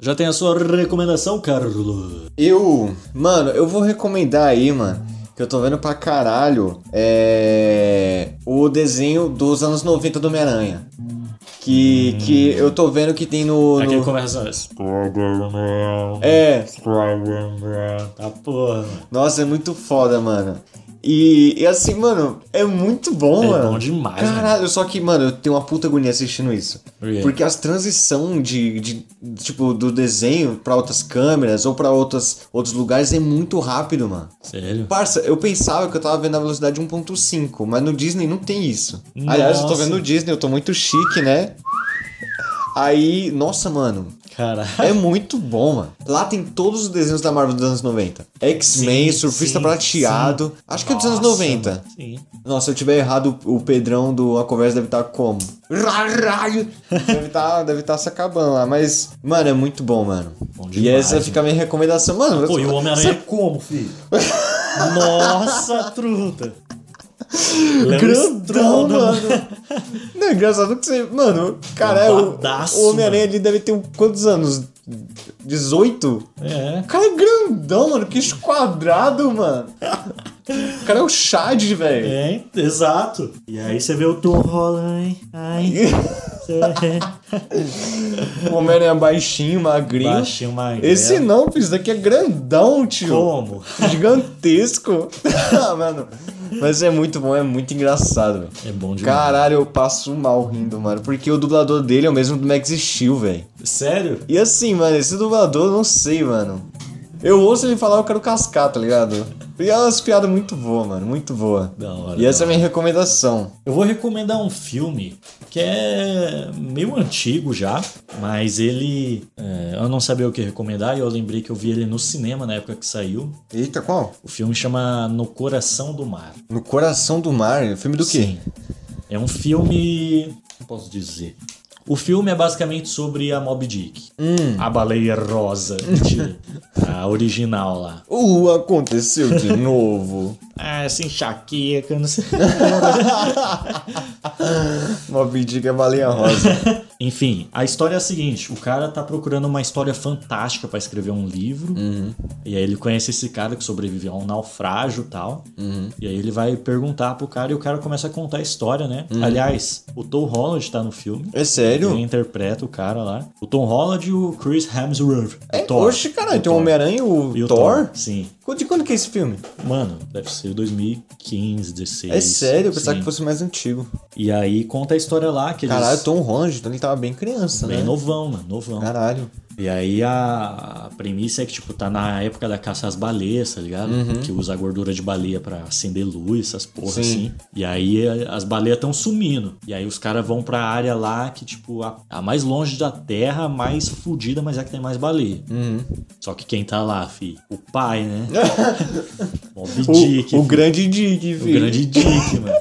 Speaker 1: Já tem a sua recomendação, Carlos?
Speaker 2: Eu. Mano, eu vou recomendar aí, mano. Que eu tô vendo pra caralho. É. O desenho dos anos 90 do Homem-Aranha. Que,
Speaker 1: Hum.
Speaker 2: que eu tô vendo que tem no.
Speaker 1: Aqui
Speaker 2: no-
Speaker 1: começa Spider-Man,
Speaker 2: É,
Speaker 1: Spider-Man, tá porra.
Speaker 2: nossa, é muito foda, mano. E, e assim, mano, é muito bom,
Speaker 1: É
Speaker 2: mano.
Speaker 1: bom demais,
Speaker 2: Caralho, só que, mano, eu tenho uma puta agonia assistindo isso.
Speaker 1: Por quê?
Speaker 2: Porque as transição de, de, tipo, do desenho pra outras câmeras ou pra outras, outros lugares é muito rápido, mano.
Speaker 1: Sério?
Speaker 2: Parça, eu pensava que eu tava vendo a velocidade 1.5, mas no Disney não tem isso. Aliás, eu tô
Speaker 1: Nossa.
Speaker 2: vendo no Disney, eu tô muito chique, né? Aí, nossa, mano,
Speaker 1: Caralho.
Speaker 2: é muito bom, mano. Lá tem todos os desenhos da Marvel dos anos 90. X-Men,
Speaker 1: Sim,
Speaker 2: Surfista
Speaker 1: sim,
Speaker 2: Prateado. Acho que é dos anos
Speaker 1: Nossa,
Speaker 2: 90.
Speaker 1: mano. Sim.
Speaker 2: Nossa, se eu tiver errado, o Pedrão do A Conversa deve estar como? Raralho! Deve estar deve tá se acabando lá, mas, mano, é muito bom, mano.
Speaker 1: Bom
Speaker 2: e
Speaker 1: demais,
Speaker 2: essa fica a minha recomendação, mano.
Speaker 1: Pô, e o Homem-Aranha
Speaker 2: você-
Speaker 1: é como, filho? Nossa, truta. Léo
Speaker 2: é Grandão,
Speaker 1: Stronda,
Speaker 2: mano. Não, é engraçado que você. Mano, cara, é o,
Speaker 1: Bombadaço,
Speaker 2: o Homem-Aranha
Speaker 1: mano.
Speaker 2: ali deve ter um- quantos anos? 18?
Speaker 1: É.
Speaker 2: O cara é grandão, mano. Que esquadrado, mano. O cara é o Chad, velho.
Speaker 1: É, hein? exato. E aí você vê o Tom Holland, hein? Ai, é.
Speaker 2: O Homem-Aranha é baixinho, magrinho.
Speaker 1: baixinho, magrelo.
Speaker 2: Esse não, filho. Esse daqui é grandão, tio.
Speaker 1: Como?
Speaker 2: Gigantesco. ah, mano. Mas é muito bom, é muito engraçado, velho.
Speaker 1: É bom demais.
Speaker 2: Caralho, eu passo mal rindo, mano. Porque o dublador dele é o mesmo do Max Steel, velho.
Speaker 1: Sério?
Speaker 2: E assim, mano, esse dublador, eu não sei, mano. Eu ouço ele falar, eu quero cascar, tá ligado? E é umas piadas muito boas, mano, muito boa.
Speaker 1: Da hora,
Speaker 2: E
Speaker 1: da
Speaker 2: essa é a minha recomendação.
Speaker 1: Eu vou recomendar um filme que é meio antigo já, mas ele. é, eu não sabia o que recomendar e eu lembrei que eu vi ele no cinema na época que saiu.
Speaker 2: Eita, qual?
Speaker 1: O filme chama No Coração do Mar.
Speaker 2: No Coração do Mar, filme do quê?
Speaker 1: Sim. É um filme. como Posso dizer. O filme é basicamente sobre a Mob Dick.
Speaker 2: Hum,
Speaker 1: A baleia rosa. Mentira. a original lá.
Speaker 2: Uh, aconteceu de novo.
Speaker 1: Ah, sem enxaqueca, não sei.
Speaker 2: Mob Dick é baleia rosa.
Speaker 1: Enfim, a história é a seguinte: o cara tá procurando uma história fantástica pra escrever um livro.
Speaker 2: Uhum.
Speaker 1: E aí ele conhece esse cara que sobreviveu a um naufrágio e tal.
Speaker 2: Uhum.
Speaker 1: E aí ele vai perguntar pro cara e o cara começa a contar a história, né? Aliás, o Tom Holland tá no filme.
Speaker 2: É Uhum. sério?
Speaker 1: Ele interpreta o cara lá. O Tom Holland e o Chris Hemsworth. o
Speaker 2: É,
Speaker 1: Thor.
Speaker 2: oxe, caralho,
Speaker 1: O
Speaker 2: tem o
Speaker 1: Thor.
Speaker 2: Homem-Aranha e o,
Speaker 1: E o
Speaker 2: Thor?
Speaker 1: Sim.
Speaker 2: De quando que é esse filme?
Speaker 1: Mano, deve ser 2015, 16.
Speaker 2: É sério, eu pensava
Speaker 1: sim.
Speaker 2: que fosse mais antigo.
Speaker 1: E aí conta a história lá que eles...
Speaker 2: Caralho, Tom Holland, então ele tava bem criança,
Speaker 1: Bem
Speaker 2: né?
Speaker 1: novão, mano, novão.
Speaker 2: Caralho.
Speaker 1: E aí a a premissa é que, tipo, tá na época da caça às baleias, tá ligado? Que usa a gordura de baleia pra acender luz, essas porras
Speaker 2: Uhum. Sim.
Speaker 1: assim. E aí eh, as baleias estão sumindo. E aí os caras vão pra área lá que, tipo, a, a mais longe da terra, a mais fodida, mas é a que tem mais baleia.
Speaker 2: Uhum.
Speaker 1: Só que quem tá lá, fi? O pai, né? Mob
Speaker 2: O,
Speaker 1: Dick.
Speaker 2: o
Speaker 1: fi.
Speaker 2: grande Dick,
Speaker 1: O
Speaker 2: filho.
Speaker 1: grande Dick, mano.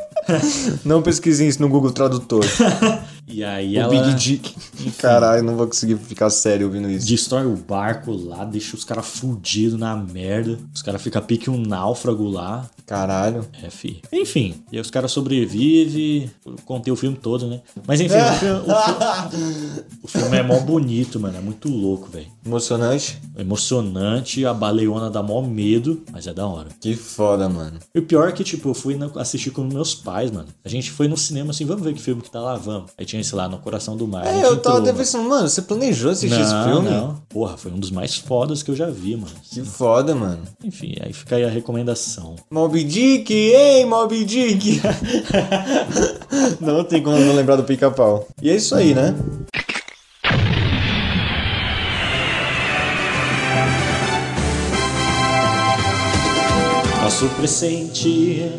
Speaker 2: Não pesquisem isso no Google Tradutor.
Speaker 1: E aí
Speaker 2: O
Speaker 1: ela
Speaker 2: Big Dick. Caralho, não vou conseguir ficar sério ouvindo isso.
Speaker 1: destrói o barco lá, deixa os caras fudidos na merda. Os caras ficam pique um náufrago lá.
Speaker 2: Caralho.
Speaker 1: É, fi. Enfim, e aí os caras sobrevivem. Eu Contei o filme todo, né? Mas enfim, o, filme, o fi- o filme é mó bonito, mano. É muito louco, velho. É
Speaker 2: Emocionante.
Speaker 1: Emocionante, a baleona dá mó medo, mas é da hora.
Speaker 2: Que foda, mano.
Speaker 1: E o pior é que, tipo, eu fui na- assistir com meus pais, mano. A gente foi no cinema assim, vamos ver que filme que tá lá, vamos. Aí tinha esse lá, No Coração do Mar. a gente
Speaker 2: É, eu tava
Speaker 1: entrou,
Speaker 2: até pensando, mano, você planejou assistir
Speaker 1: mano.
Speaker 2: esse
Speaker 1: não,
Speaker 2: filme?
Speaker 1: Não. Porra, foi um dos mais fodas que eu já vi, mano.
Speaker 2: Que foda, mano.
Speaker 1: Enfim, aí fica aí a recomendação.
Speaker 2: Moby Dick, ei, Moby Dick! não tem como não lembrar do pica-pau. E é isso aí, né?
Speaker 1: Posso pressentir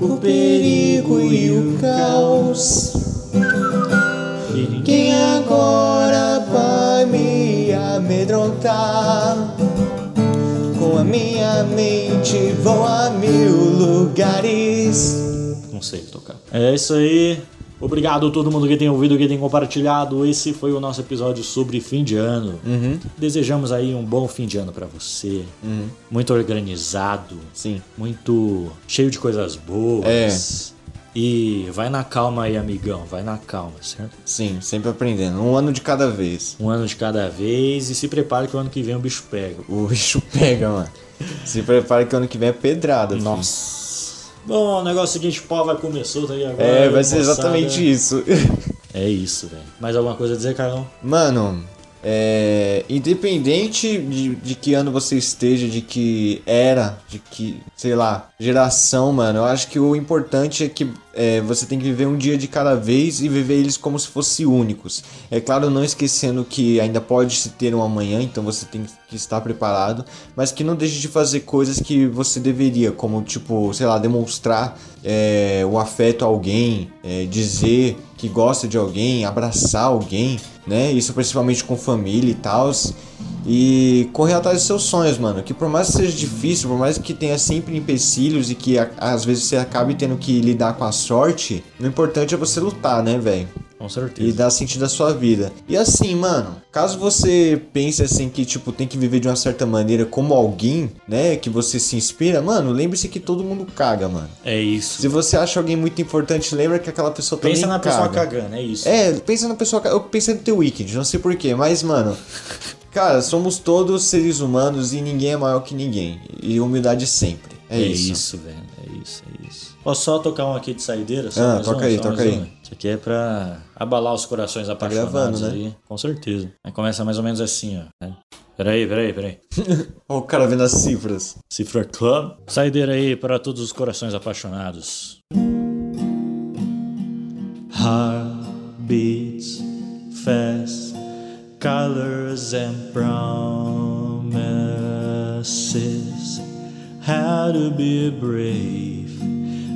Speaker 1: o perigo e o
Speaker 2: caos.
Speaker 1: que ninguém
Speaker 2: Quem agora vai me amedrontar? Com a minha mente vou a mil lugares.
Speaker 1: consegue tocar. É isso aí. Obrigado a todo mundo que tem ouvido, que tem compartilhado. Esse foi o nosso episódio sobre fim de ano.
Speaker 2: Uhum.
Speaker 1: Desejamos aí um bom fim de ano pra você. Muito organizado.
Speaker 2: Sim.
Speaker 1: Muito cheio de coisas
Speaker 2: É.
Speaker 1: boas. E vai na calma aí, amigão. Vai na calma, certo?
Speaker 2: Sim, sempre aprendendo. Um ano de cada vez.
Speaker 1: Um ano de cada vez e se prepare que o ano que vem o bicho pega.
Speaker 2: O bicho pega, mano. Se prepara que ano que vem é pedrada. filho.
Speaker 1: Nossa. Bom, o negócio é o seguinte, pó vai começou, tá aí agora.
Speaker 2: É, vai ser
Speaker 1: moçada.
Speaker 2: exatamente isso.
Speaker 1: É isso, velho. Mais alguma coisa a dizer, Carlão?
Speaker 2: Mano, é, independente de, de que ano você esteja, de que era, de que, sei lá, geração, mano, eu acho que o importante é que é, você tem que viver um dia de cada vez e viver eles como se fossem únicos. É claro, não esquecendo que ainda pode se ter um amanhã, então você tem que estar preparado, mas que não deixe de fazer coisas que você deveria, como, tipo, sei lá, demonstrar é, o afeto a alguém, é, dizer que gosta de alguém, abraçar alguém, né? Isso principalmente com família e tal. E correr atrás dos seus sonhos, mano. Que por mais que seja difícil, por mais que tenha sempre empecilhos e que a- às vezes você acabe tendo que lidar com a sorte, o importante é você lutar, né, velho?
Speaker 1: Com
Speaker 2: E
Speaker 1: certeza.
Speaker 2: dar sentido à sua vida. E assim, mano, caso você pense assim que, tipo, tem que viver de uma certa maneira como alguém, né? Que você se inspira, mano, lembre-se que todo mundo caga, mano.
Speaker 1: É isso.
Speaker 2: Se você acha alguém muito importante, lembra que aquela pessoa
Speaker 1: Pensa
Speaker 2: também
Speaker 1: na
Speaker 2: caga.
Speaker 1: pessoa cagando, é isso.
Speaker 2: É, pensa na pessoa. ca- Eu pensei no The Wicked, não sei porquê, mas, mano. Cara, somos todos seres humanos e ninguém é maior que ninguém. E humildade sempre. É, isso.
Speaker 1: velho. É isso, é isso. Posso só tocar um aqui de saideira? Só
Speaker 2: Ah,
Speaker 1: mais
Speaker 2: toca
Speaker 1: um,
Speaker 2: aí,
Speaker 1: só
Speaker 2: toca
Speaker 1: mais
Speaker 2: aí.
Speaker 1: um. Isso aqui é pra abalar os corações apaixonados
Speaker 2: gravando, né?
Speaker 1: aí. Com certeza. Aí começa mais ou menos assim, ó. né? Peraí, peraí, peraí.
Speaker 2: Olha o cara vendo as cifras.
Speaker 1: Cifra Club. Saideira aí para todos os corações apaixonados. Heartbeats fast, colors and promises. How to be brave?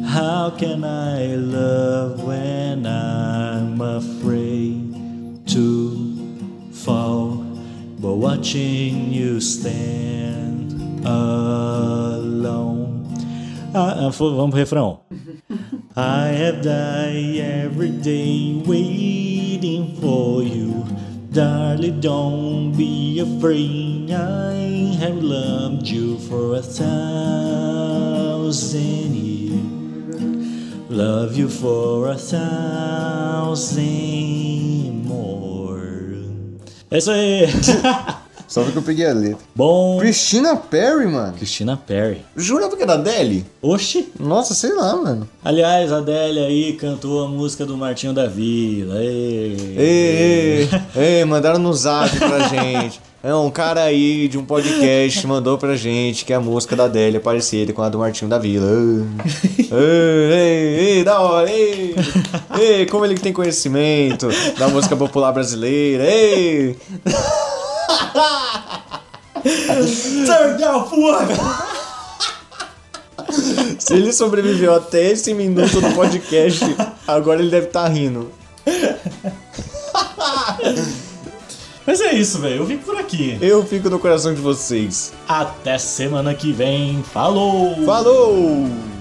Speaker 1: How can I love when I'm afraid to fall? But watching you stand alone. Ah, ah, fo- vamos pro refrão. I have died every day waiting for you. Darling, don't be afraid. I have loved you for a thousand years. Love you for a thousand more. É isso aí!
Speaker 2: Só porque eu peguei a letra.
Speaker 1: Bom,
Speaker 2: Christina Perry, mano.
Speaker 1: Cristina Perry.
Speaker 2: Jurava que era Deli?
Speaker 1: Oxi!
Speaker 2: Nossa, sei lá, mano.
Speaker 1: Aliás, a Adélia aí cantou a música do Martinho da Vila. Ei.
Speaker 2: Ei, ei, ei, mandaram no zap pra gente. É um cara aí de um podcast mandou pra gente que a música da Adélia é parecida com a do Martinho da Vila. Ei, ei, ei, da hora, ei, ei, como ele que tem conhecimento da música popular brasileira, ei.
Speaker 1: Turn down for-
Speaker 2: Se ele sobreviveu até esse minuto do podcast, agora ele deve estar tá rindo.
Speaker 1: Mas é isso, velho. Eu fico por aqui.
Speaker 2: Eu fico no coração de vocês.
Speaker 1: Até semana que vem. Falou!
Speaker 2: Falou!